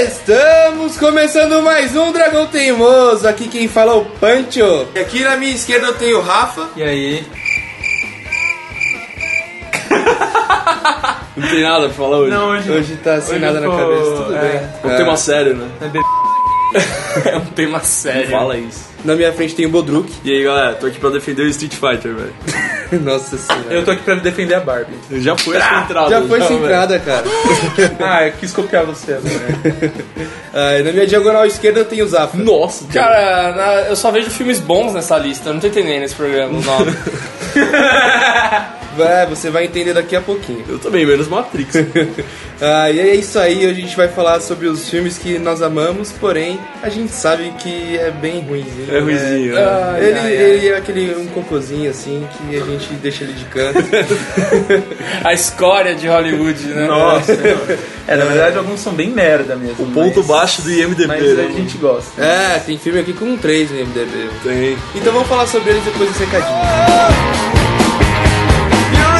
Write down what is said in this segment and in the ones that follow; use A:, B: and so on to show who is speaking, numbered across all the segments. A: Estamos começando mais um Dragão Teimoso. Aqui quem fala é o Pancho. E aqui na minha esquerda eu tenho o Rafa.
B: E aí?
C: Não tem nada pra falar hoje.
B: Não, hoje.
A: Hoje tá sem
B: Hoje
A: nada na
B: eu tô-
A: cabeça, tudo
B: é.
C: É um
A: bem. Ah,
C: tema sério, né?
B: É be-
C: É um tema sério. Fala isso.
A: Na minha frente tem o Bodruk.
C: E aí, galera, tô aqui pra defender o Street Fighter, velho.
A: Nossa senhora.
B: Eu tô aqui pra defender a Barbie.
C: Já foi essa entrada.
A: Já foi sem
C: velho.
A: entrada, cara.
B: Ah, eu quis copiar você agora.
A: Ah, e na minha diagonal esquerda eu tenho o Zafra.
C: Nossa, um- cara.
D: Cara, na- eu só vejo filmes bons nessa lista, eu não tô entendendo esse programa, os nomes.
A: É, você vai entender daqui a pouquinho.
C: Eu também, menos Matrix. É
A: Ah, e é isso aí, hoje a gente vai falar sobre os filmes que nós amamos, porém a gente sabe que é bem ruimzinho.
C: É ruizinho,
A: né?
D: Ah,
C: né?
A: ele, ele é aquele um cocôzinho assim que a gente deixa ele de canto.
C: É.
D: A escória de Hollywood, né?
B: Nossa. É, na verdade alguns são bem merda mesmo.
C: O ponto
B: mas-
C: baixo do
D: é
C: IMDB,
B: Mas
C: né,
B: a
C: mano?
B: gente gosta.
A: é, tem filme aqui com 3 no MDB.
C: Tem.
A: Então vamos falar sobre eles depois dos recadinhos.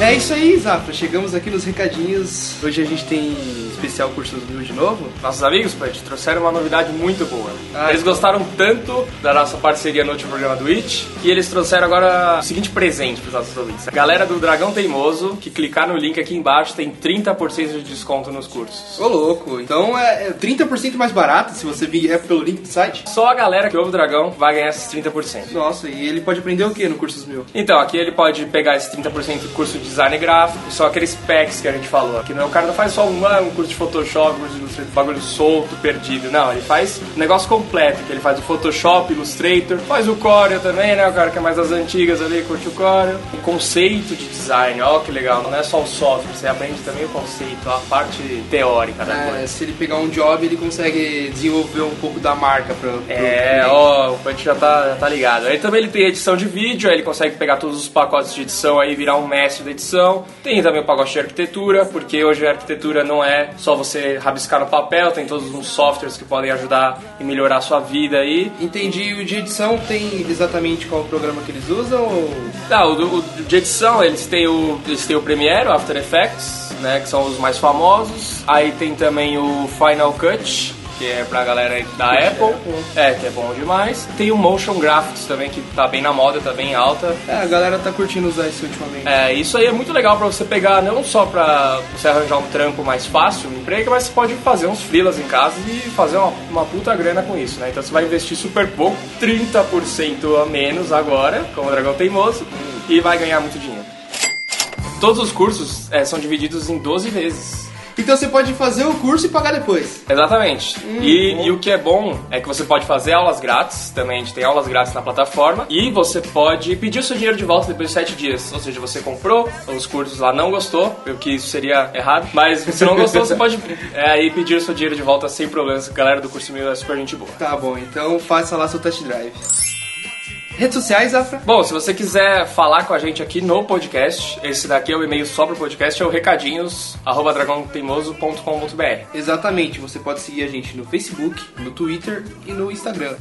A: É isso aí, Zafra. Chegamos aqui nos recadinhos. Hoje a gente tem especial Cursos Mil de novo.
D: Nossos amigos, Pet, trouxeram uma novidade muito boa.
A: Ah,
D: eles
A: então.
D: gostaram tanto da nossa parceria no último programa do It, que eles trouxeram agora o seguinte presente pros nossos ouvintes. A galera do Dragão Teimoso, que clicar no link aqui embaixo, tem 30% de desconto nos cursos.
A: Ô louco, então é é 30% mais barato se você vier pelo link do site.
D: Só a galera que ouve o Dragão vai ganhar esses 30%.
A: Nossa, e ele pode aprender o que no Cursos Mil?
D: Então, aqui ele pode pegar esse 30% do curso de design gráfico, são aqueles packs que a gente falou. Que não, o cara não faz só um, ah, um curso de Photoshop, um curso de Illustrator, bagulho solto, perdido. Não, ele faz um negócio completo, que ele faz o Photoshop, Illustrator, faz o Corel também, né? O cara que é mais das antigas ali, curte o Corel. O conceito de design, ó que legal, não é só o software, você aprende também o conceito, a parte teórica da coisa.
A: É, se ele pegar um job, ele consegue desenvolver um pouco da marca pra. pro
D: É,
A: cliente.
D: ó, o Punch já tá, já tá ligado. Aí também ele tem edição de vídeo, aí ele consegue pegar todos os pacotes de edição aí virar um mestre da edição. Tem também o pacote de arquitetura, porque hoje a arquitetura não é só você rabiscar no papel, tem todos uns softwares que podem ajudar e melhorar a sua vida aí.
A: Entendi. O de edição tem exatamente qual programa que eles usam? Ou...
D: Ah, o, do- o de edição, eles têm o, eles têm o Premiere, o After Effects, né, que são os mais famosos. Aí tem também o Final Cut, que é pra galera aí da Apple. É, que é bom demais. Tem o Motion Graphics também, que tá bem na moda, tá bem alta.
A: É, a galera tá curtindo usar isso ultimamente.
D: É, isso aí é muito legal pra você pegar, não só pra você arranjar um trampo mais fácil, um emprego, mas você pode fazer uns frilas em casa e fazer uma, uma puta grana com isso, né? Então você vai investir super pouco, 30% a menos agora, como o Dragão Teimoso, e vai ganhar muito dinheiro. Todos os cursos é, são divididos em 12 vezes.
A: Então você pode fazer o curso e pagar depois.
D: Exatamente. e, e o que é bom é que você pode fazer aulas grátis, também a gente tem aulas grátis na plataforma, e você pode pedir o seu dinheiro de volta depois de sete dias. Ou seja, você comprou os cursos lá, não gostou, o que isso seria errado, mas se não gostou, você pode é, aí pedir o seu dinheiro de volta sem problemas. A galera do curso meu é super gente boa.
A: Tá bom, então faça lá seu test drive. Redes sociais, Afra?
D: Bom, se você quiser falar com a gente aqui no podcast, esse daqui é o e-mail só pro podcast, é o recadinhos, arroba dragãoteimoso.com.br.
A: Exatamente, você pode seguir a gente no Facebook, no Twitter e no Instagram.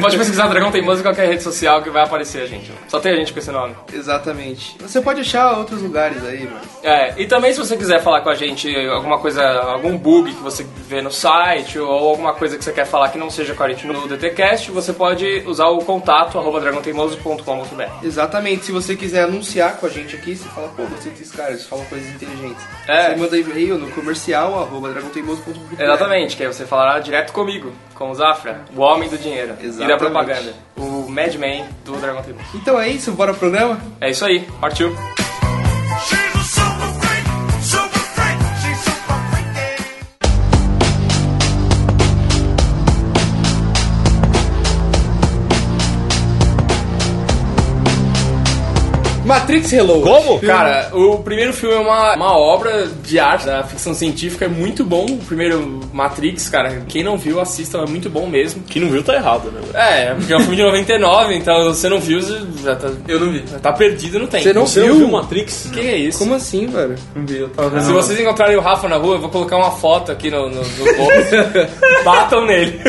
D: Pode pesquisar Dragão Teimoso em qualquer rede social que vai aparecer a gente. Só tem a gente com esse nome.
A: Exatamente. Você pode achar outros lugares aí, mano.
D: É, e também se você quiser falar com a gente alguma coisa, algum bug que você vê no site ou alguma coisa que você quer falar que não seja com a gente no DTCast, você pode usar o contato arroba dragonteimoso.com.br.
A: Exatamente, se você quiser anunciar com a gente aqui, você fala, pô, você esses caras, falam coisas inteligentes.
D: É.
A: Você manda e-mail no comercial, arroba dragonteimoso.com.br.
D: Exatamente, que aí você falará direto comigo, com o Zafra, o homem do dinheiro e da
A: Exatamente.
D: propaganda, o madman do Dragão Teimoso.
A: Então é isso, bora pro programa?
D: É isso aí, partiu!
E: She's a super freak, super freak, she's super freaky.
A: Matrix Reload.
F: Como?
A: Filme-
D: Cara, o primeiro filme é uma, uma obra de arte da ficção científica, é muito bom. O primeiro Matrix, cara, quem não viu, assista, é muito bom mesmo.
G: Quem não viu tá errado, né? velho?
D: É, porque é um filme de 99, então se você não viu, você já tá,
H: Eu não vi.
D: já tá perdido, não tem.
A: Você não
D: O
G: Você não viu Matrix?
D: que é isso?
A: Como assim, velho?
D: Se vocês encontrarem o Rafa na rua, eu vou colocar uma foto aqui no, no, no post. Batam nele.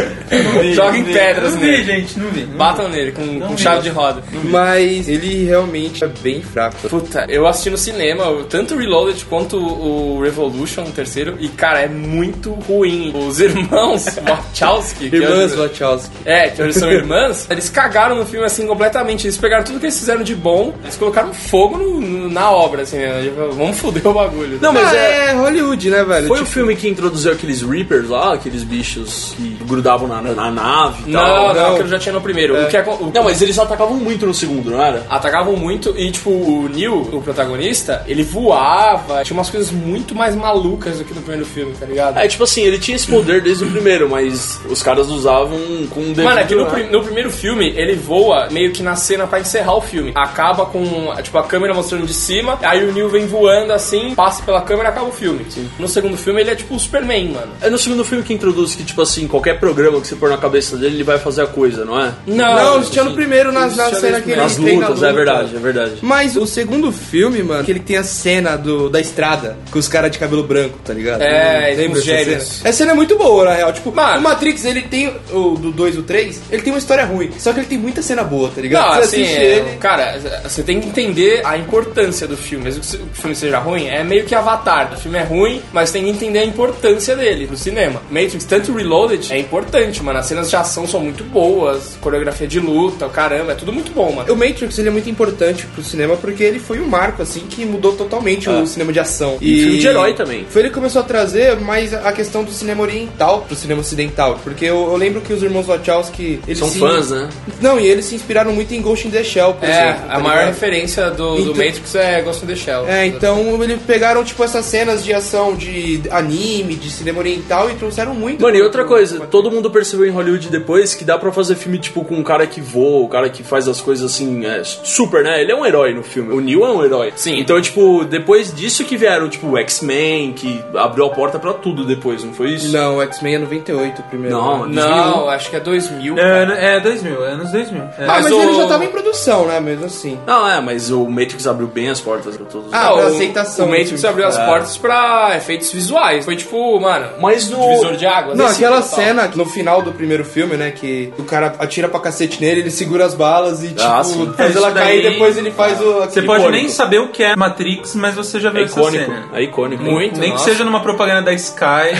D: Joguem pedras
B: Não
D: né?
B: vi,
D: nele.
B: gente, não vi.
D: Batam nele com, com chave de roda.
A: Mas ele realmente é bem fraco.
D: Puta, eu assisti no cinema, tanto o Reloaded quanto o Revolution, o terceiro, e cara, é muito ruim. Os irmãos Wachowski. que
A: Irmãs
D: eu-
A: Wachowski.
D: É, que eles são irmãs, eles cagaram no filme assim completamente. Eles pegaram tudo que eles fizeram de bom, eles colocaram fogo no- no- na obra, assim, né? Tipo, vamos foder o bagulho.
G: Não, mas
A: Ah,
G: é...
A: é Hollywood, né, velho?
G: Foi o
A: Tipo,
G: filme que introduziu aqueles Reapers lá, aqueles bichos que grudavam na, na nave e
D: Não,
G: tal.
D: não,
A: não.
D: aquilo já tinha no primeiro. O que é, o,
G: Não, mas eles atacavam muito no segundo, não era?
D: Atacavam muito e, tipo, o Neil, o protagonista, ele voava. Tinha umas coisas muito mais malucas do que no primeiro filme, tá ligado?
G: É, tipo assim, ele tinha esse poder desde o primeiro, mas os caras usavam com um
D: Mano, é que no,
G: né?
D: prim- no primeiro filme ele voa meio que na cena pra encerrar o filme. Acaba com, tipo, a câmera mostrando de cima, aí o Neil vem voando assim, passa pela câmera e acaba o filme. No segundo filme ele é tipo o Superman, mano.
G: É no segundo filme que introduz que, tipo assim, qualquer programa que você pôr na cabeça dele, ele vai fazer a coisa, não é?
A: Não, tinha no primeiro, na, na
D: Tinha
A: cena
D: no
A: que ele
G: Nas
A: tem na
G: lutas,
A: luta.
G: é verdade, é verdade.
A: Mas o segundo filme, mano, que ele tem a cena do, da estrada com os caras de cabelo branco, tá ligado?
D: É,
A: Lembra
D: com
A: essa
D: os gêmeos.
A: cena? Essa cena é muito boa, na real. Tipo,
D: Mano.
A: o Matrix, ele tem, o do 2 e o 3, ele tem uma história ruim. Só que ele tem muita cena boa, tá ligado?
D: Não,
A: Você
D: assim,
A: assiste
D: é,
A: ele.
D: cara, você tem que entender a importância do filme. Mesmo que o filme seja ruim, é meio que Avatar. O filme é ruim, mas tem que entender a importância dele pro cinema. Matrix, tanto Reloaded, é importante, mano. As cenas de ação são muito boas, coreografia de luta, caramba, é tudo muito bom, mano.
A: O Matrix ele é muito importante pro cinema porque ele foi um marco assim que mudou totalmente o cinema de ação.
G: Ah. E filme de herói também.
A: Foi ele que começou a trazer mais a questão do cinema oriental pro cinema ocidental, porque eu, eu lembro que os irmãos Wachowski eles
G: São
A: se-
G: fãs, né?
A: Não, e eles se inspiraram muito em Ghost in the Shell, por
D: É,
A: exemplo.
D: a
A: tá
D: maior
A: ligado?
D: referência do, do
A: Então-
D: Matrix é Ghost in the Shell.
A: É, então eles pegaram, tipo, essas cenas de ação de anime, de cinema oriental e trouxeram muito.
G: Mano, e outra coisa, todo mundo percebeu em Hollywood depois que dá pra fazer filme, tipo, com um cara que voa, o cara que faz as coisas assim, é, super, né? Ele é um herói no filme. O Neo é um herói.
D: Sim.
G: Então, tipo, depois disso que vieram, tipo, o X-Men, que abriu a porta pra tudo depois, não foi isso?
A: Não, X-Men é 98 o primeiro.
G: Não,
A: Ah,
D: Não, acho que é 2000. cara.
B: É, é 2000, anos 2000. É.
A: mas,
D: mas
A: ele
D: o-
A: já tava em produção, né? Mesmo assim.
G: Não, é, mas o Matrix abriu bem as portas pra todos.
A: Ah,
D: Não,
A: pra
D: o-
A: aceitação,
D: O Matrix
A: tipo,
D: abriu as
G: é.
D: portas pra efeitos visuais. Foi tipo, mano,
G: mas no...
D: divisor de água.
A: Não,
D: desse
A: aquela
D: total.
A: cena no final do primeiro filme, né? Que o cara atira pra cacete nele, ele segura as balas e, tipo,
G: Ah, sim.
A: faz
B: É,
A: ela
B: isso
A: cair
B: daí-
A: depois ele faz o.
B: Você
A: aquele
B: pode
A: corpo.
B: nem saber o que é Matrix, mas você já viu
G: É
B: essa
G: icônico,
B: cena.
G: é icônico.
D: Muito.
B: Nem
D: nossa.
B: que seja numa propaganda da Sky,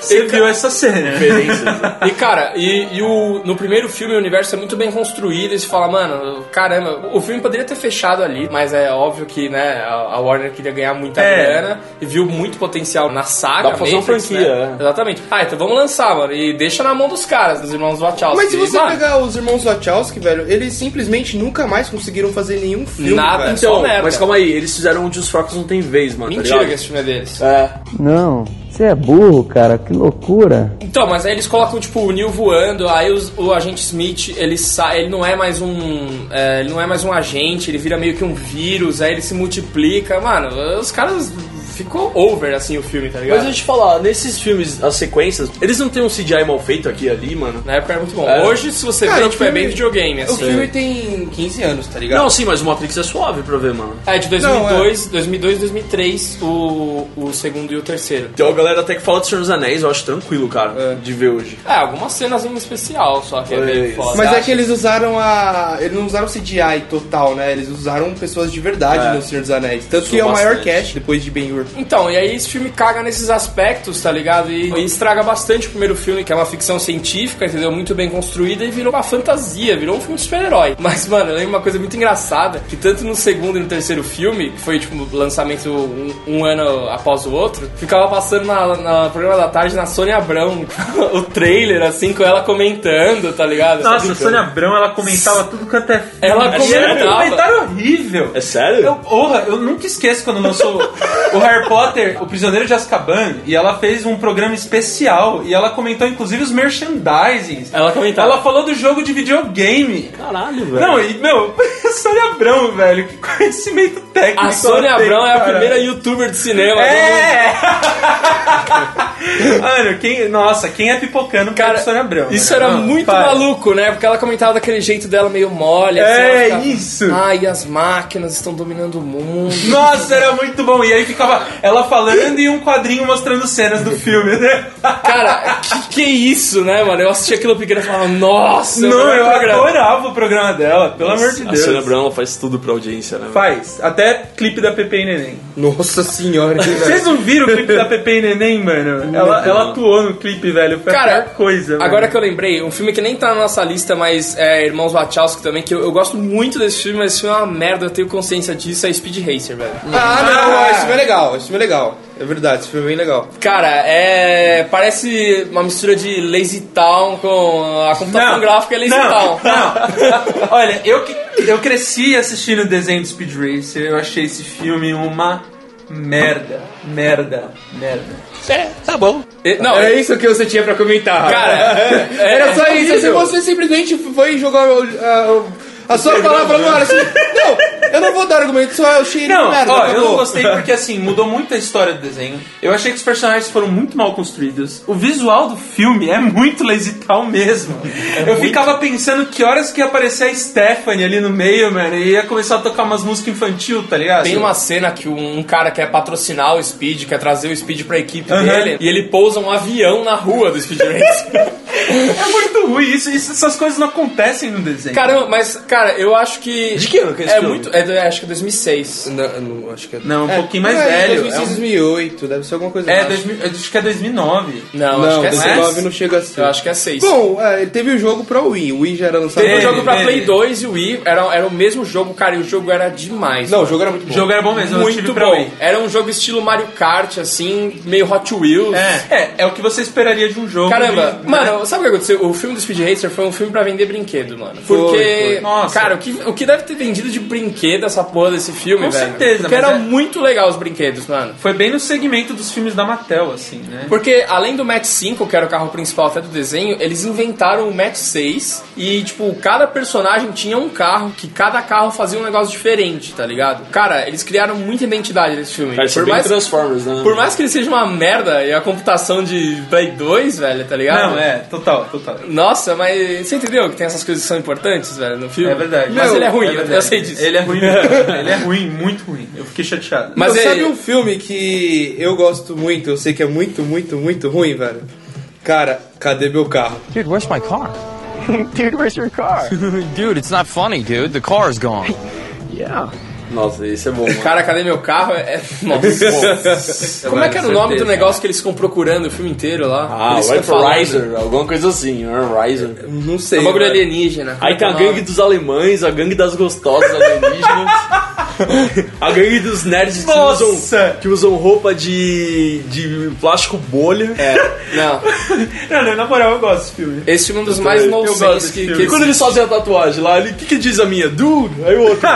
B: você viu essa cena.
G: né?
D: E cara, e, e o, no primeiro filme o universo é muito bem construído e se fala, mano, caramba, o filme poderia ter fechado ali, mas é óbvio que, né, a a Warner queria ganhar muita
B: É.
D: grana e viu muito potencial na saga.
G: Dá pra fazer uma
D: Matrix,
G: franquia,
D: né?
G: é.
D: Exatamente. Ah, então vamos lançar, mano, e deixa na mão dos caras, dos irmãos Wachowski.
B: assim,
A: Mas se você
D: E, mano,
A: pegar os irmãos Wachowski, velho, eles simplesmente nunca mais conseguiram fazer nenhum filme.
D: Nada.
A: velho.
D: Só
G: Então,
D: merda.
G: mas calma aí, eles fizeram onde os fracos não tem vez, mano,
D: Mentira
G: tá
D: que
G: ligado?
D: esse filme é deles.
G: É,
I: Não, você é burro, cara, que loucura.
D: Então, mas aí eles colocam, tipo, o Neil voando, aí os- o agente Smith, ele sai, ele não é mais um. é, ele não é mais um agente, ele vira meio que um vírus, aí ele se multiplica. Mano, os caras. Ficou over assim o filme, tá ligado?
G: mas eu te falar, nesses filmes, as sequências, eles não têm um CGI mal feito aqui e ali, mano?
D: Na época era muito bom.
G: É.
D: Hoje, se você
A: Cara,
D: vê,
A: o
D: tipo, é
A: filme-
D: bem videogame,
A: O
D: assim.
A: filme tem 15 anos, tá ligado?
G: Não, sim, mas o Matrix é suave pra ver, mano.
D: É, de 2002, 2002, 2003, o, o segundo e o terceiro.
G: Tem uma galera até que fala do Senhor dos Anéis, eu acho tranquilo, cara, de ver hoje.
D: É, algumas cenas em especial, só que é meio
G: Pois.
D: foda.
A: Mas é
D: acho.
A: que eles usaram a. Eles não usaram CGI total, né? Eles usaram pessoas de verdade
G: É.
A: no Senhor dos Anéis. Tanto
G: Isso
A: que é o maior
G: bastante.
A: cast depois de Ben-Hur.
D: Então, e aí esse filme caga nesses aspectos, tá ligado? E, e estraga bastante o primeiro filme, que é uma ficção científica, entendeu? Muito bem construída e virou uma fantasia, virou um filme de super-herói. Mas, mano, eu lembro uma coisa muito engraçada, que tanto no segundo e no terceiro filme, que foi, tipo, lançamento um, um ano após o outro, ficava passando na, na programa da tarde na Sônia Abrão, o trailer, assim, com ela comentando, tá ligado?
B: Nossa,
D: Sabe?
B: a Sônia Abrão, ela comentava tudo quanto é filme.
D: Ela
B: E era um
D: comentava.
B: comentário horrível.
G: É sério?
B: Eu, porra, eu nunca esqueço quando lançou o Harry Potter, o Prisioneiro de Azkaban, e ela fez um programa especial e ela comentou inclusive os merchandisings.
D: Ela comentava.
B: Ela falou do jogo de videogame.
G: Caralho, velho.
B: Não, e meu, Sônia Abrão, velho, que conhecimento técnico.
D: A
B: ela
D: Sônia
B: tem,
D: Abrão é a
B: cara.
D: primeira youtuber de cinema. né?
B: É! Mano, quem, nossa, quem é pipocando
D: Cara,
B: cara, Sônia Abrão?
D: Isso
B: né?
D: era
B: Não,
D: muito
B: para.
D: maluco, né? Porque ela comentava daquele jeito dela meio mole. assim,
B: É,
D: ela ficava,
B: isso.
D: Ai, as máquinas estão dominando o mundo.
B: Nossa, era muito bom. E aí ficava ela falando e um quadrinho mostrando cenas do filme, né?
D: Cara, que, que isso, né, mano? Eu assisti aquilo pequeno e falava, nossa,
B: Não,
D: meu
B: eu
D: programa.
B: adorava o programa dela, pelo amor de
G: A Sônia
B: Deus.
G: Abrão ela faz tudo pra audiência, né?
B: Faz, até clipe da Pepe e Neném.
A: Nossa senhora, que
B: Vocês não viram o clipe da Pepe e Neném, mano? Ela, ela atuou no clipe, velho. Foi a
D: Cara,
B: pior coisa. mano.
D: Agora que eu lembrei, um filme que nem tá na nossa lista, mas é Irmãos Wachowski também, que eu, eu gosto muito desse filme, mas esse filme é uma merda, eu tenho consciência disso, é Speed Racer, velho.
A: Ah, não, esse filme é legal, esse filme é legal. É verdade, esse filme é bem legal.
D: Cara, é. Parece uma mistura de Lazy Town com. A computação gráfica é Lazy
B: não,
D: Town.
B: não. Olha, eu, que- eu cresci assistindo o desenho do Speed Racer. Eu achei esse filme uma merda. Merda, merda.
D: E- Não,
A: É isso que você tinha pra comentar.
D: cara. é-
A: Era só isso, assim,
D: horrível.
A: você simplesmente foi jogar o- a, o- a sua palavra no ar, assim, não, eu não vou dar argumento, só eu achei
B: Não,
A: merda,
D: tá
B: ó, eu
A: acabou.
B: não gostei porque assim, mudou muito a história do desenho. Eu achei que os personagens foram muito mal construídos. O visual do filme é muito lazy town mesmo.
D: É
B: eu ficava pensando que horas que ia aparecer a Stephanie ali no meio, mano, e ia começar a tocar umas músicas infantil, tá ligado?
D: Tem uma cena que um cara quer patrocinar o Speed, quer trazer o Speed pra equipe
B: Aham.
D: dele, e ele pousa um avião na rua do Speed Racer.
B: É muito ruim, isso, isso- essas coisas não acontecem no desenho.
D: Caramba, mas, cara, eu acho que.
G: De que ano que é esse
D: É
G: filme?
D: muito. É, do- acho que é 2006.
A: Não, não, acho que é...
B: Não, um
A: É,
B: pouquinho mais
A: é,
B: velho.
A: 2006, 2008, deve ser alguma coisa
B: É, um- é
A: mais.
B: 2000, eu acho que é 2009.
D: Não, acho
A: Não,
D: que é
A: 2009
D: 6.
A: não chega assim.
D: Eu acho que é 6.
A: Bom, é, ele teve o jogo pra Wii, o Wii já era lançado.
D: Teve o
B: Teve,
D: jogo pra
B: teve.
D: Play 2 e Wii, era, era o mesmo jogo, cara, e o jogo era demais.
A: Não, o jogo era muito bom.
B: O jogo era bom mesmo, eu
D: muito
B: tive pra
D: bom.
B: Wii.
D: Era um jogo estilo Mario Kart, assim, meio Hot Wheels.
B: É, é, é o que você esperaria de um jogo.
D: Caramba,
B: de-
D: mano, sabe o que aconteceu? O filme do Speed Racer foi um filme pra vender brinquedo, mano. Porque,
B: foi. Nossa.
D: cara, o que, o que deve ter vendido de brinquedo essa porra desse filme,
B: Com
D: velho?
B: certeza,
D: Porque
B: mas
D: era
B: é-
D: muito legal os brinquedos, mano.
B: Foi bem no segmento dos filmes da Mattel, assim, né?
D: Porque além do Match 5, que era o carro principal até do desenho, eles inventaram o Match 6 e, tipo, cada personagem tinha um carro que cada carro fazia um negócio diferente, tá ligado? Cara, eles criaram muita identidade nesse filme.
G: Cara, isso é
D: por,
G: bem
D: mais,
G: Transformers, né?
D: por mais que ele seja uma merda e a computação de Play 2, velho, tá ligado?
B: Não, é, total, total.
D: Nossa, mas você entendeu que tem essas coisas que são importantes, velho, no filme?
B: É verdade.
D: Mas
B: Não,
D: ele é ruim,
B: verdade.
D: eu sei disso.
B: Ele é ruim mesmo. Ele é ruim, muito ruim. Eu fiquei chateado.
D: Mas
A: Mas
D: é-
A: sabe um filme que eu gosto muito, eu sei que é muito, muito, muito ruim, velho? Cara, cadê meu carro?
F: Dude, where's my car? dude, where's your car? dude, it's not funny, dude. The car's gone.
G: Nossa, esse é bom. mano.
D: Cara, cadê meu carro? É... Nossa. Como é que era o nome do negócio que eles ficam procurando o filme inteiro lá?
G: Ah,
D: Eles ficam
G: Earth
D: falando.
G: Riser, alguma coisa assim, Earth Riser.
A: Não
D: É
A: sei.
D: um bagulho
A: velho.
D: alienígena.
G: Aí tem
D: Como
G: a
D: é que é o
G: gangue dos alemães, a gangue das gostosas alienígenas. a gangue dos nerds que
B: Nossa!
G: usam, que usam roupa de, de plástico bolha.
D: nome? Não,
B: Não, não, na moral, eu gosto desse filme.
D: esse filme é um dos mais nonsense
B: gosto desse
D: que,
B: filme.
D: que
G: E quando eles fazem a tatuagem lá, ele, o que, que diz a minha? Dude! Aí o outro.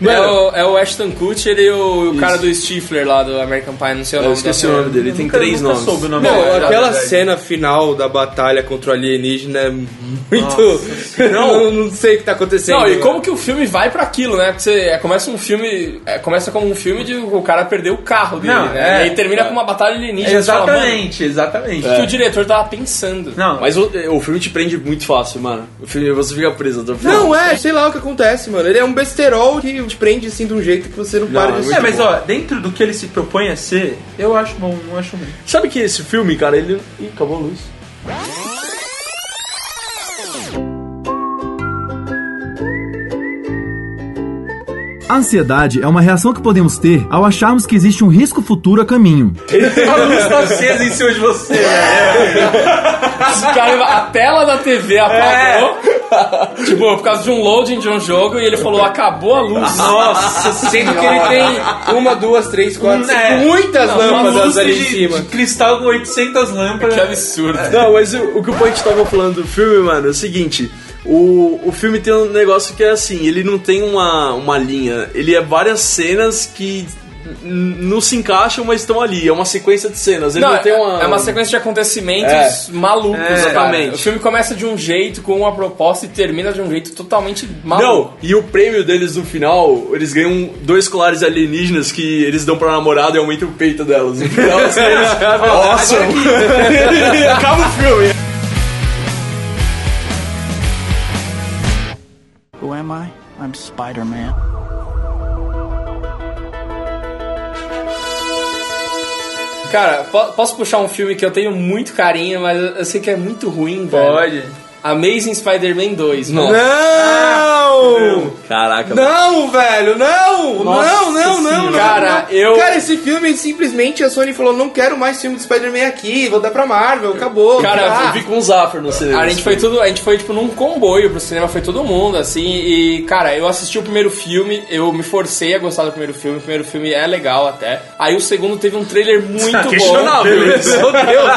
D: é, o, é o Ashton Kutcher e o, o cara do Stifler lá do American Pie, não sei o
G: Eu
D: nome.
G: esqueci
D: da-
G: o nome dele, tem
B: Nunca-
G: três
B: nunca
G: nomes.
B: soube o nome
D: É,
A: Não,
B: dele, na
A: aquela
B: verdade.
A: cena final da batalha contra o alienígena é muito. não, não sei o que tá acontecendo.
D: Não, e
A: velho.
D: como que o filme vai pra aquilo, né? Porque você é, começa um filme. é, começa como um filme de o cara perder o carro dele,
B: Não, é.
D: né? e aí termina com uma batalha alienígena. Você fala, mano,
B: Exatamente, exatamente.
A: É.
D: o que o diretor tava pensando.
B: Não,
G: Mas o, é, o filme te prende muito fácil, mano. O filme, você fica preso até o final.
A: Não, é, sei lá o que acontece, mano. Ele é um besterol que te prende assim de um jeito que você não, para
G: é
A: de
G: muito
B: é, mas ó, dentro do que ele se propõe a ser, eu acho bom, não acho ruim.
G: Sabe que esse filme, cara, ele. Ih, acabou a luz.
J: A ansiedade é uma reação que podemos ter ao acharmos que existe um risco futuro a caminho.
B: A luz tá acesa em cima de você.
A: É.
D: Os caras- a tela da TV apagou. Tipo, por causa de um loading de um jogo e ele falou, acabou a luz.
B: Nossa
A: Sendo que ele tem uma, duas, três, quatro, cinco,
B: É.
A: muitas
B: Uma
A: lâmpadas
B: luz
A: ali em
B: de,
A: cima.
B: de cristal com 800 lâmpadas.
D: Que absurdo.
G: Não, mas o, o que o Point tava falando do filme, mano, é o seguinte. O, o filme tem um negócio que é assim, ele não tem uma, uma linha. Ele é várias cenas que n- não se encaixam, mas estão ali. É uma sequência de cenas. Ele não,
D: é-
G: tem uma...
D: É uma sequência de acontecimentos
G: É.
D: malucos,
G: É,
D: cara.
G: exatamente.
D: O filme começa de um jeito, com uma proposta, e termina de um jeito totalmente maluco.
G: Não, e o prêmio deles no final, eles ganham dois colares alienígenas que eles dão pra namorada e aumenta o peito delas. No final, assim, eles... Nossa! E acaba o filme.
K: Who am I? I'm Spider Man.
D: Cara, po- posso puxar um filme que eu tenho muito carinho, mas eu- eu sei que é muito ruim, velho.
B: Pode.
D: Amazing Spider-Man 2. Nossa.
A: Não!
D: Tá
G: Caraca,
A: Não, velho, não! não, não, não, não,
D: Cara,
A: não.
D: eu-
A: Cara, esse filme simplesmente a Sony falou: não quero mais filme de Spider-Man aqui, vou dar pra Marvel, acabou.
D: Cara,
A: tá.
G: eu vi com um Zafra no cinema.
D: A gente foi tudo, a gente foi tipo num comboio pro cinema, foi todo mundo assim. E cara, eu assisti o primeiro filme, eu me forcei a gostar do primeiro filme. O primeiro filme é legal até. Aí o segundo teve um trailer muito bom.
G: Questionável isso.
D: Meu Deus,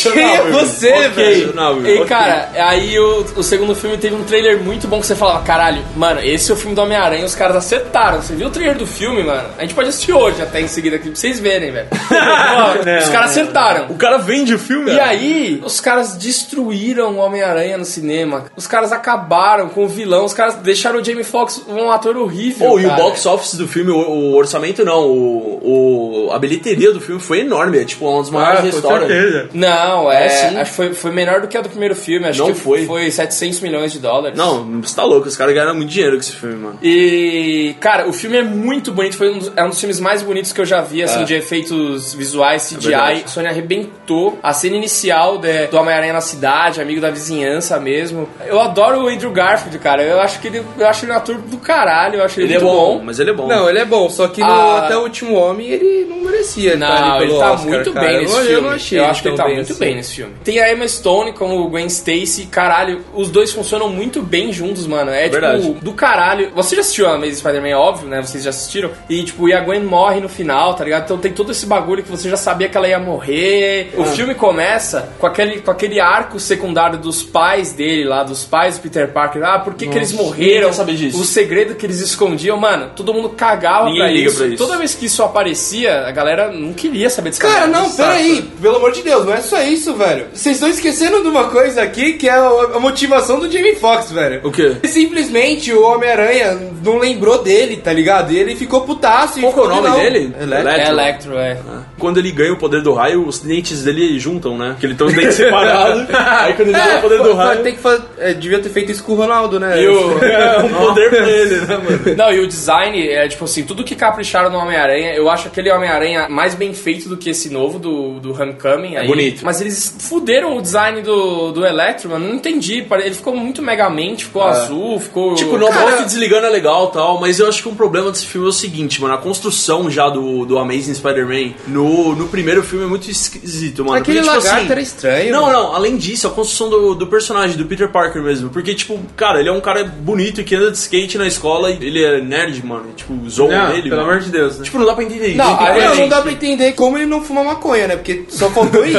D: velho.
A: Quem é você, velho?
D: E cara, aí o, o segundo filme teve um trailer muito bom que você falava, caralho, mano, esse é o filme do Homem-Aranha, os caras acertaram. Você viu o trailer do filme, mano? A gente pode assistir hoje até em seguida aqui pra vocês verem, velho. Mano, os caras acertaram.
G: O cara vende o filme,
D: E
G: cara.
D: aí, os caras destruíram o Homem-Aranha no cinema. Os caras acabaram com o vilão. Os caras deixaram o Jamie Foxx um ator horrível.
G: Pô, Oh, e o
D: cara.
G: box office do filme, o, o orçamento não, o, o- a bilheteria do filme foi enorme, é tipo uma das
D: Ah,
G: maiores da história.
D: Não, é.
G: É, sim.
D: acho que foi, foi menor do que a do primeiro filme. Acho
G: Não
D: que
G: foi.
D: Foi 700 milhões de dólares.
G: Não, você tá louco, os caras ganharam muito dinheiro com esse filme, mano.
D: E, cara, o filme é muito bonito, foi um dos, é um dos filmes mais bonitos que eu já vi, assim,
G: É.
D: de efeitos visuais, CGI.
G: verdade.
D: a Sony arrebentou a cena inicial de- do Homem-Aranha na cidade, amigo da vizinhança mesmo. Eu adoro o Andrew Garfield, cara. Eu acho que ele, eu acho ele um ator do caralho, eu acho ele,
G: Ele é
D: muito
G: bom, mas ele é bom.
A: Não, ele é bom, só que no
D: Ah.
A: Até o Último Homem ele não merecia.
D: Não,
A: estar ali
D: ele
A: pelo
D: tá
A: Oscar,
D: muito
A: cara.
D: bem nesse
A: eu,
D: filme.
A: Eu não achei.
D: Eu acho que ele
A: tão
D: tá muito
A: assim.
D: bem nesse filme. Tem a Emma Stone como Gwen Stacy, caralho. Os dois funcionam muito bem juntos, mano. É
G: Verdade.
D: tipo, do caralho. Você já assistiu a Amazing Spider-Man, óbvio, né? Vocês já assistiram. E tipo, e a Gwen morre no final, tá ligado? Então tem todo esse bagulho que você já sabia que ela ia morrer.
A: Ah.
D: O filme começa com aquele, com aquele arco secundário dos pais dele lá, dos pais do Peter Parker. Ah, por que, que eles morreram?
G: quer saber disso?
D: O segredo que eles escondiam, mano, todo mundo cagava
G: Ninguém
D: pra,
G: liga
D: isso.
G: pra isso.
D: Toda vez que isso aparecia, a galera não queria saber desse
A: Cara,
D: cara.
A: não, peraí, pelo amor de Deus, não é só isso, velho. Vocês estão esquecendo de uma coisa aqui que é a a motivação do Jamie Foxx, velho.
G: O quê?
A: Simplesmente o Homem-Aranha não lembrou dele, tá ligado? E ele ficou putaço. e
G: Qual que é o
A: ficou
G: nome
A: vilão.
G: dele?
A: Electro.
D: É Electro, é.
G: Quando ele ganha o poder do raio, os dentes dele juntam, né? Porque ele tem os dentes separados. aí quando ele ganha o poder
A: É, pô,
G: do
A: pô,
G: raio,
A: Tem que fazer, é, devia ter feito isso com o Ronaldo, né?
D: E o-
G: é um poder pra ele, né, mano?
D: não, e o design é tipo assim, tudo que capricharam no Homem-Aranha, eu acho aquele Homem-Aranha mais bem feito do que esse novo do, do Homecoming. Aí.
G: É bonito.
D: Mas eles fuderam o design do, do Electro, mano. Não entendi. pare- Ele ficou muito megamente, ficou azul, ficou.
G: É. Tipo, não, cara... que desligando é legal e tal, mas eu acho que um problema desse filme é o seguinte, mano. A construção já do, do Amazing Spider-Man no, no primeiro filme é muito esquisito, mano.
A: Aquele
G: Porque, tipo,
A: lagarto
G: assim,
A: era estranho.
G: Não,
A: mano.
G: não, além disso, a construção do, do personagem, do Peter Parker mesmo. Porque, tipo, cara, ele é um cara bonito que anda de skate na escola e ele é nerd, mano. E, tipo, zoam
B: Não,
G: ele.
B: pelo
G: mano.
B: amor de Deus, né?
G: Tipo, não dá pra entender
D: Não,
G: isso.
D: a-
A: Não,
D: gente.
A: não dá pra entender como ele não fuma maconha, né? Porque só faltou isso.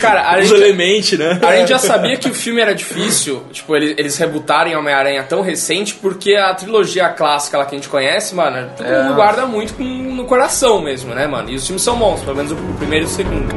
D: Cara, a
G: Os
D: gente-
G: elementos, né?
D: A gente já sabia que o filme era difícil, tipo, eles, eles rebutarem Homem-Aranha tão recente, porque a trilogia clássica lá que a gente conhece, mano, é, todo
A: É.
D: mundo guarda muito com- no coração mesmo, né, mano? E os filmes são bons, pelo menos o primeiro e o segundo.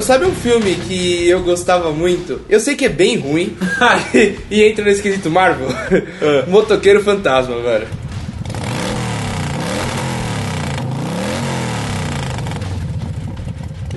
A: Sabe um filme que eu gostava muito? Eu sei que é bem ruim e entra no esquisito Marvel.
D: Ah.
A: Motoqueiro Fantasma, velho.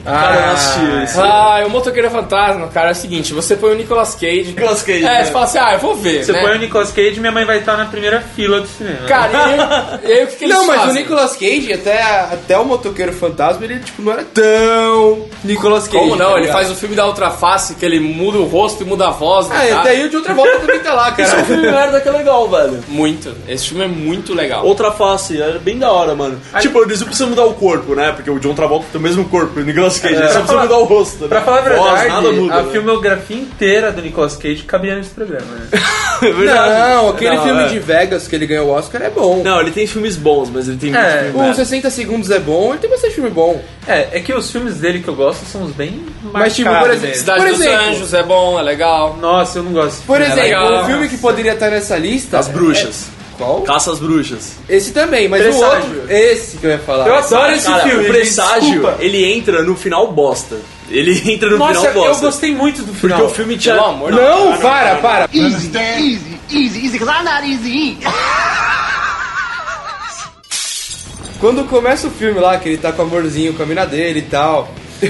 G: Cara, eu não assisti isso.
D: Ah, é o Motoqueiro Fantasma, cara. É o seguinte, você põe o Nicolas Cage.
G: Nicolas Cage,
D: É,
G: né?
D: você fala assim, ah, eu vou ver.
B: Você
D: né?
B: põe o Nicolas Cage, minha mãe vai estar na primeira fila do cinema.
D: Cara, e aí, e aí o que, que eles
A: Não, mas
D: fazem?
A: o Nicolas Cage, até, até o motoqueiro fantasma, ele tipo, não era tão Nicolas Cage.
D: Como não?
A: tá
D: Ele
A: ligado?
D: faz o filme da outra face, que ele muda o rosto e muda a voz. né,
A: Ah, e
D: cara?
A: até aí o de outra volta também tá lá, cara.
G: merda que é legal, velho.
D: Muito. Esse filme é muito legal.
G: Outra face, era bem da hora, mano. Tipo, eles não precisam mudar o corpo, né? Porque o John Travolta tem o mesmo corpo, o Nicolas Cage, eles só precisam mudar o rosto, né?
B: É. Pra falar a
G: Voz,
B: verdade,
G: nada muda,
B: a
G: né?
B: filmografia inteira do Nicolas Cage cabia nesse programa, né?
G: É verdade.
A: Não, aquele
G: Não,
A: filme
G: é.
A: de Vegas que ele ganhou o Oscar é bom.
G: Não, ele tem filmes bons, mas ele tem muitos
B: É,
G: filmes
A: O
G: merda.
A: 60 Segundos é bom, ele tem bastante filme bom.
B: É, é que os filmes dele que eu gosto são os bem
A: Mas, tipo,
B: marcados
A: por exemplo-
B: mesmo.
D: Cidade
A: por
D: dos
A: exemplo-
D: Anjos é bom, é legal.
B: Nossa, eu não gosto. desse
A: Por
B: filme.
A: exemplo,
D: legal.
A: um filme que poderia estar nessa lista.
G: As bruxas.
A: é- Qual?
G: Caça às bruxas.
A: Esse também, mas
B: Presságio.
A: o outro. Esse que eu ia falar.
B: Eu adoro esse
G: Cara,
B: filme.
G: o
B: me
G: presságio,
B: desculpa.
G: ele entra no final bosta. Ele entra no
B: Nossa,
G: final
B: eu
G: bosta.
B: gostei muito do
G: Porque
B: final.
G: o filme tinha.
D: Pelo amor de
A: Não, para, para. Quando começa o filme lá, que ele tá com o amorzinho com a mina dele e tal.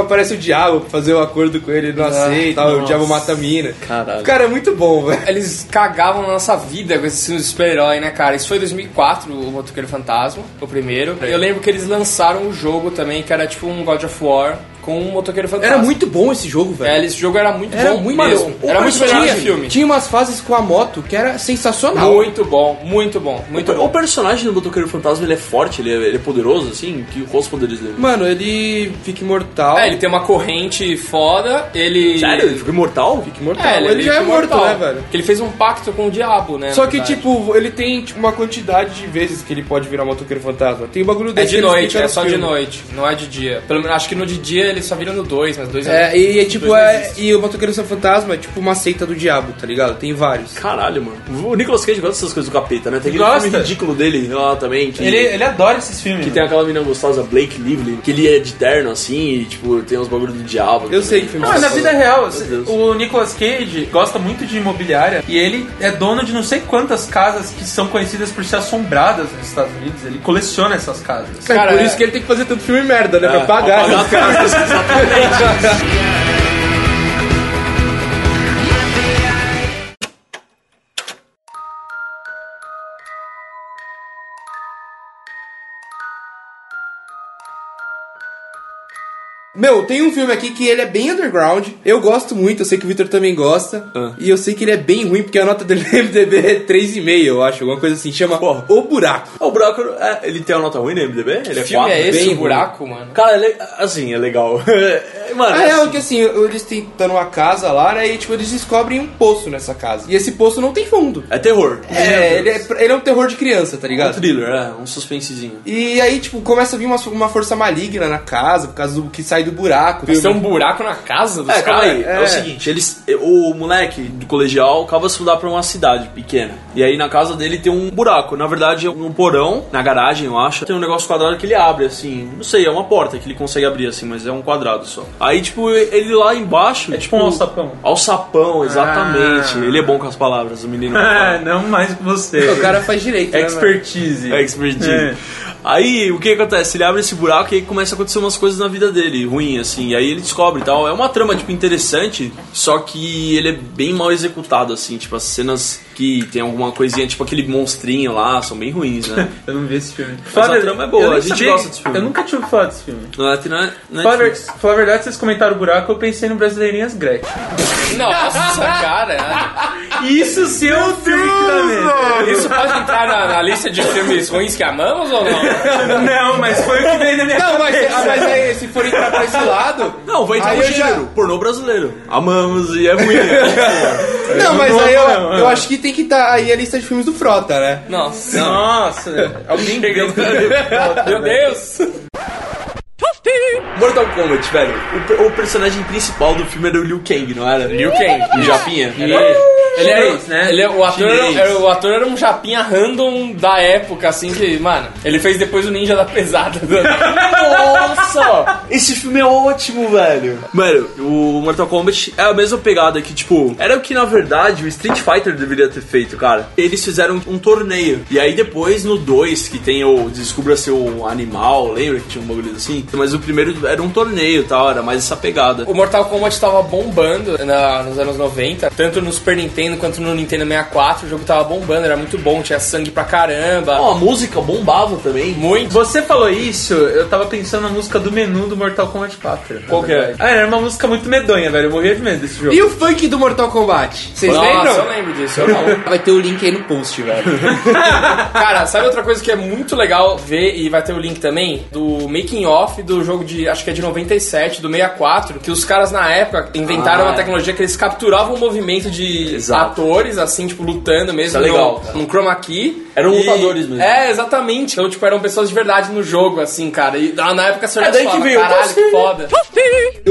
A: Aparece o diabo pra fazer o acordo com ele, ele não aceita, o diabo mata a mina.
G: Caralho.
A: Cara, é muito bom, velho.
D: Eles cagavam na nossa vida com esses filmes de super-herói, né, cara? Isso foi em 2004, o Motoqueiro Fantasma, o primeiro. Eu lembro que eles lançaram um jogo também, que era tipo um God of War com o Motoqueiro Fantasma.
A: Era muito bom esse jogo, velho.
D: É, esse jogo era muito
A: Era
D: bom
A: muito
D: mesmo.
A: bom.
D: Era muito melhor que
A: tinha,
D: o filme.
A: Tinha umas fases com a moto que era sensacional.
D: Muito bom, muito bom, muito
G: O
D: bom.
G: personagem do Motoqueiro Fantasma, ele é forte, ele é, ele é poderoso, assim? Que, quais os poderes dele?
A: Mano, ele fica imortal.
D: É, ele tem uma corrente foda, ele.
G: Sério? Ele ficou imortal?
A: imortal.
D: É, ele,
A: ele, já é
D: fica
A: morto,
D: imortal.
A: né, velho?
D: Porque ele fez um pacto com o diabo, né?
A: Só
D: na
A: que,
D: verdade.
A: tipo, ele tem tipo, uma quantidade de vezes que ele pode virar um motoqueiro fantasma. Tem o bagulho
D: É
A: desse
D: de
A: que eles
D: noite,
A: explicam
D: é
A: no
D: só de
A: filme.
D: noite, não é de dia. Pelo menos acho que no de dia ele só vira no 2, mas 2
A: É, e, é, tipo,
D: Dois não
A: é, e o motoqueiro fantasma é tipo uma seita do diabo, tá ligado? Tem vários.
G: Caralho, mano. O Nicolas Cage gosta dessas coisas do capeta, né? Tem aquele
B: Gosta.
G: filme ridículo dele lá também. Que...
B: Ele, ele adora esses filmes. né?
G: Que
B: mano.
G: tem aquela menina gostosa, Blake Lively, que ele é de terno, assim, e, tipo, tem uns bagulhos do diabo.
A: Eu sei que filme
B: Não, é
A: você
B: na
A: falou.
B: vida real,
G: Deus.
B: o Nicolas Cage gosta muito de imobiliária e ele é dono de não sei quantas casas que são conhecidas por ser assombradas nos Estados Unidos. Ele coleciona essas casas.
A: É
D: Cara,
A: por
D: é-
A: isso que ele tem que fazer tanto filme merda, né? pra pagar.
G: Pagar a casa, exatamente.
A: Meu, tem um filme aqui que ele é bem underground. Eu gosto muito, eu sei que o Victor também gosta.
G: Ah.
A: E eu sei que ele é bem ruim, porque a nota dele no MDB é 3,5, eu acho. Alguma coisa assim. Chama
G: Porra.
A: O Buraco.
G: Ah, o buraco, é, ele tem uma nota ruim no MDB? Ele é
D: filme
G: quatro?
D: é esse,
A: bem
D: o buraco, mano?
G: Cara, ele é- assim, é legal. É, Mano,
A: A real é
G: assim,
A: que assim, eles tentaram uma casa lá, né? E tipo, eles descobrem um poço nessa casa. E esse poço não tem fundo.
G: é terror.
A: É, ele é, ele é um terror de criança, tá
G: É um
A: ligado?
G: thriller, é, um suspensezinho.
A: E aí, tipo, começa a vir uma, uma força maligna na casa, por causa do que sai do buraco.
D: Mas tem um buraco na casa dos
G: É, calma
D: caras.
G: aí. É. o seguinte, eles, o moleque do colegial acaba de se mudar pra uma cidade pequena. E aí na casa dele tem um buraco. Na verdade, é um porão, na garagem, eu acho. Tem um negócio quadrado que ele abre, assim. Não sei, é uma porta que ele consegue abrir, assim, mas é um quadrado só. Aí, tipo, ele lá embaixo.
B: É tipo um alçapão.
G: Alçapão, exatamente.
B: Ah.
G: Ele é bom com as palavras, o menino.
B: Ah, não mais que você.
A: O cara faz direito, né, mano?
B: Expertise.
G: É expertise.
B: É.
G: Aí o que acontece? Ele abre esse buraco e aí começa a acontecer umas coisas na vida dele, ruim, assim. E aí ele descobre e tal. É uma trama, tipo, interessante, só que ele é bem mal executado, assim. Tipo, as cenas que tem alguma coisinha, tipo aquele monstrinho lá, são bem ruins, né?
B: Eu não vi esse filme.
G: a trama é boa,
B: eu nem
G: a gente
B: sabia-
G: gosta desse filme.
B: Eu nunca tive falar desse filme.
G: Não é, não não é
B: Falar ver-
G: difícil.
B: falar a verdade, vocês comentaram o buraco, eu pensei no Brasileirinhas Gretchen.
D: Nossa, cara. é.
B: Isso sim é um filme que dá medo.
D: Isso pode entrar na, na lista de filmes ruins que amamos ou não?
B: Não, mas foi o que veio na minha
A: Não, mas, é, ah,
B: cabeça.
A: mas aí, se for entrar pra esse lado.
G: Não, vai entrar
A: Aí
G: no
A: eu já-
G: gênero, pornô brasileiro. Amamos e é ruim.
A: É, Não, mas
B: Não,
A: aí eu,
B: não, não.
A: eu acho que tem que estar aí a lista de filmes do Frota, né?
D: Nossa.
B: Nossa, alguém ganhou.
D: Meu Deus!
G: Mortal Kombat, velho. O, per- o personagem principal do filme era o Liu Kang, não era?
D: Liu Kang.
G: O Japinha.
D: Era ele. é Ele era,
B: Chinês, né?
D: ele é- o, ator
B: Chinês.
D: era, era- o ator era um japinha random da época, assim, que, mano, ele fez depois o Ninja da Pesada.
G: Nossa! Esse filme é ótimo, velho. Mano, o Mortal Kombat é a mesma pegada que, tipo, era o que na verdade o Street Fighter deveria ter feito, cara. Eles fizeram um torneio. E aí depois no 2, que tem o Descubra seu animal, lembra que tinha um bagulho assim? Mas o primeiro era um torneio e tal, era mais essa pegada.
D: o Mortal Kombat tava bombando na- nos anos 90, tanto no Super Nintendo quanto no Nintendo 64, o jogo tava bombando, era muito bom, tinha sangue pra caramba.
G: Ó, a música bombava também.
D: Muito.
B: Você falou isso, eu tava pensando na música do menu do Mortal Kombat 4.
G: Qual que é?
B: Ah, era uma música muito medonha, velho. Eu morria de medo desse jogo.
A: E o funk do Mortal Kombat? Vocês
D: Nossa, eu
A: lembram?
D: lembro disso, eu não.
A: Vai ter o link aí no post, velho.
D: Cara, sabe outra coisa que é muito legal ver e vai ter o link também? Do making off do jogo de, acho que é de 97, do 64, que os caras na época inventaram
G: Ah,
D: uma
G: é.
D: tecnologia que eles capturavam o movimento de
G: Exato.
D: atores, assim, tipo, lutando mesmo.
G: Isso é legal,
D: No, no chroma key.
G: Eram lutadores mesmo.
D: É, exatamente. Então, tipo, eram pessoas de verdade no jogo, assim, cara. E na na época você
G: É
D: olhava e
G: daí que
D: falava,
G: veio o
D: caralho, que
G: conceito."
D: foda.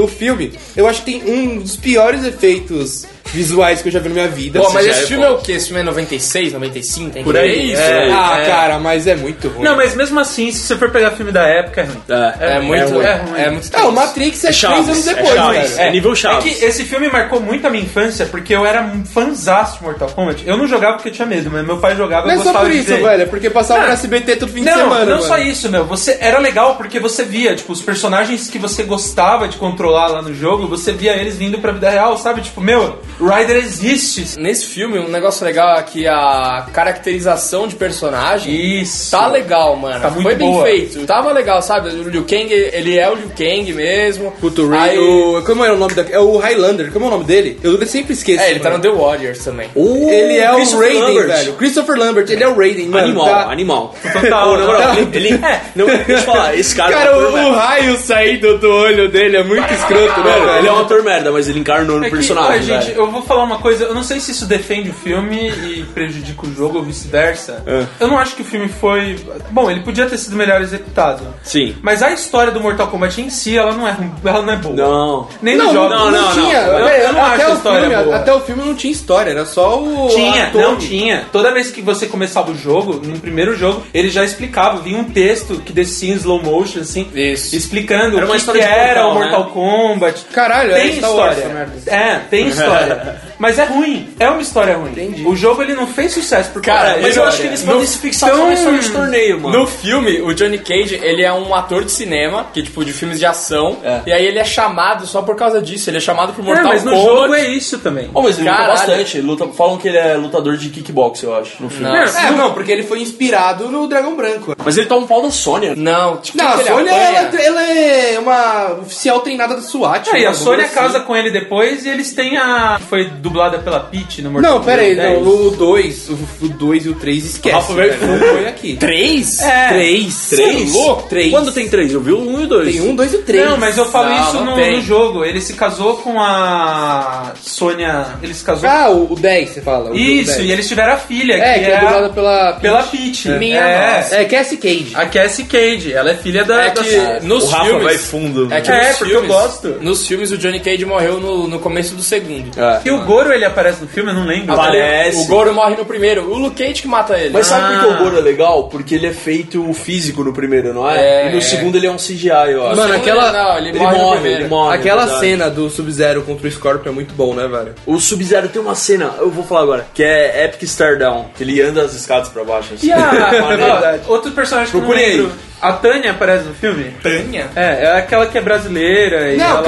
A: o filme, eu acho que tem um dos piores efeitos visuais que eu já vi na minha vida.
D: Pô, mas
A: Assim,
D: esse
A: já
D: filme é o quê? Esse filme é 96, 95? Tem
G: Por
D: que ver
G: aí,
D: isso?
G: é.
D: né?
A: Ah,
D: Ah, cara.
A: cara, mas é muito ruim.
B: Não, mas mesmo assim, se você for pegar filme da época, é ruim.
G: É.
D: É, muito.
B: ruim.
D: É, é muito
A: Ah, o Matrix é,
G: Chaves,
A: três anos
G: é
A: depois,
G: Chaves.
A: velho.
G: É nível
B: É
G: Chaves.
B: que esse filme marcou muito a minha infância, porque eu era um fanzaço de Mortal Kombat. Eu não jogava porque eu tinha medo, mas meu pai jogava e
A: Não
B: eu
A: é só
B: gostava
A: por
B: de
A: isso,
B: ver.
A: velho. É porque passava
B: Não.
A: no SBT todo fim
B: Não,
A: de semana.
B: não
A: mano.
B: só isso, meu. Você era legal porque você via, tipo, os personagens que você gostava de controlar lá no jogo, você via eles vindo pra vida real, sabe? Tipo, meu, Ryder existe.
D: Nesse filme, um negócio legal é que a caracterização de personagem
B: Isso.
D: tá legal, mano.
B: Tá muito
D: Foi bem
B: boa.
D: feito. Tava legal, sabe? O Liu Kang, ele é o Liu Kang mesmo.
A: Puto, o Ray,
D: Aí-
A: o- como é o nome da... É o Highlander, como é o nome dele? Eu sempre esqueço.
D: É, ele tá
A: mano.
D: no The Warriors também.
G: Uh,
A: Ele é o
G: Christopher
A: Raiden,
G: Lambert.
A: velho. Christopher Lambert, ele é o Raiden, mano.
G: Animal,
A: tá-
G: animal.
B: Total,
G: Ô, na moral,
B: total.
G: ele. Não, deixa eu te falar, esse cara. é um
A: Cara,
G: ator
A: o,
G: merda.
A: o raio saindo do olho dele é muito escroto, né,
G: Ele é
A: velho?
G: um ator merda, mas ele encarnou no
B: É que,
G: Um personagem. né?
B: olha, gente,
G: velho.
B: eu vou falar uma coisa, eu não sei se isso defende o filme e prejudica o jogo ou vice-versa.
G: É.
B: Eu não acho que o filme foi. Bom, ele podia ter sido melhor executado.
G: Sim.
B: Mas a história do Mortal Kombat em si, ela não é, ela não é boa.
G: Não.
B: Nem no jogo.
G: não, não,
A: um tinha.
B: não.
A: velho,
B: Eu não
A: É, até
B: acho a
A: o
B: história
A: filme,
B: boa.
A: Até o filme não tinha história, era só o
B: Tinha,
A: ator.
B: não tinha. Toda vez que você começava o jogo, no primeiro jogo, ele já explicava, vinha um texto que descia em slow motion, assim,
D: Isso.
B: explicando
G: Era
B: o
G: uma
B: que,
G: história
B: que
G: de né?
B: era o
G: portal,
B: Mortal Kombat.
A: Caralho, é
B: tem
A: Star Wars,
B: história.
A: essa merda.
B: É, tem história. Mas é ruim. É uma história ruim. O jogo ele não fez sucesso por
D: Cara,
B: causa
G: Mas
B: disso.
G: eu acho que eles podem se fixar só na história de torneio, mano.
D: No filme, o Johnny Cage, ele é um ator de cinema, que tipo, de filmes de ação.
G: É.
D: E aí ele é chamado só por causa disso. Ele é chamado pro
B: É,
D: Mortal
B: mas no
D: Kombat.
B: jogo é isso também.
G: Oh, mas ele
D: Caralho.
G: luta bastante. ele luta- falam que ele é lutador de kickbox, eu acho, no filme.
D: Não.
A: É, não, porque ele foi inspirado no Dragão Branco.
G: Mas ele tá um pau da Sônia.
D: Não, tipo,
A: Não, a
D: que ele
A: Sônia,
D: apanha?
A: ela, ela é uma oficial treinada da SWAT.
B: É, e
A: né,
B: a Sônia
A: assim.
B: casa com ele depois e eles têm a. Foi dublada pela Peach no Mortal
A: Não, pera aí,
B: Kombat 10.
A: não, o 2, o 2 e o 3 esquece.
G: Rafa Verfun.
A: velho, não foi aqui.
D: Três?
B: É.
A: 3?
G: Três?
A: Três.
G: Quando tem três? Eu vi o um e o dois.
A: Tem 1, 2 e 3.
B: Não, mas eu falo
D: Não,
B: isso
D: não
B: no,
D: tem.
B: no jogo. Ele se casou com a Sônia. Ele se casou.
A: Ah, o 10 você fala. o
B: isso,
A: 10.
B: e eles tiveram a filha,
A: É,
B: que,
A: que é dublada pela...
B: pela Peach.
D: Minha
B: é. Ah,
D: nossa.
A: É, Cassie Cage.
B: A Cassie Cage, ela é filha da.
D: É
B: da-
D: que nos
G: O Rafa
D: filmes...
G: vai fundo. né?
D: É, que
B: É,
D: nos
B: porque eu
D: filmes,
B: gosto.
D: Nos filmes, o Johnny Cage morreu no, no começo do segundo.
G: É.
B: E o Goro, ele aparece no filme? Eu não lembro. É.
G: Parece.
D: O Goro morre no primeiro. O Luke Cage que mata ele.
G: Mas sabe por que
B: Ah.
G: o Goro é legal? Porque ele é feito físico no primeiro, não é?
D: É.
G: E no segundo ele é um CGI, eu acho.
A: Mano,
D: Não,
A: aquela-
D: Não, ele,
G: ele
D: morre, no
G: morre,
D: primeiro.
G: ele morre.
A: Aquela
G: é verdade.
A: cena do Sub-Zero contra o Scorpion é muito bom, né, velho?
G: O Sub-Zero tem uma cena, eu vou falar agora, que é Epic Stardown, que ele anda as escadas pra baixo. Assim.
B: E a-
G: Verdade.
B: ó, outro personagem que eu não
G: Procurei aí.
B: lembro. A Tânia aparece no filme?
D: Tânia?
B: É, é aquela que é brasileira. E ela-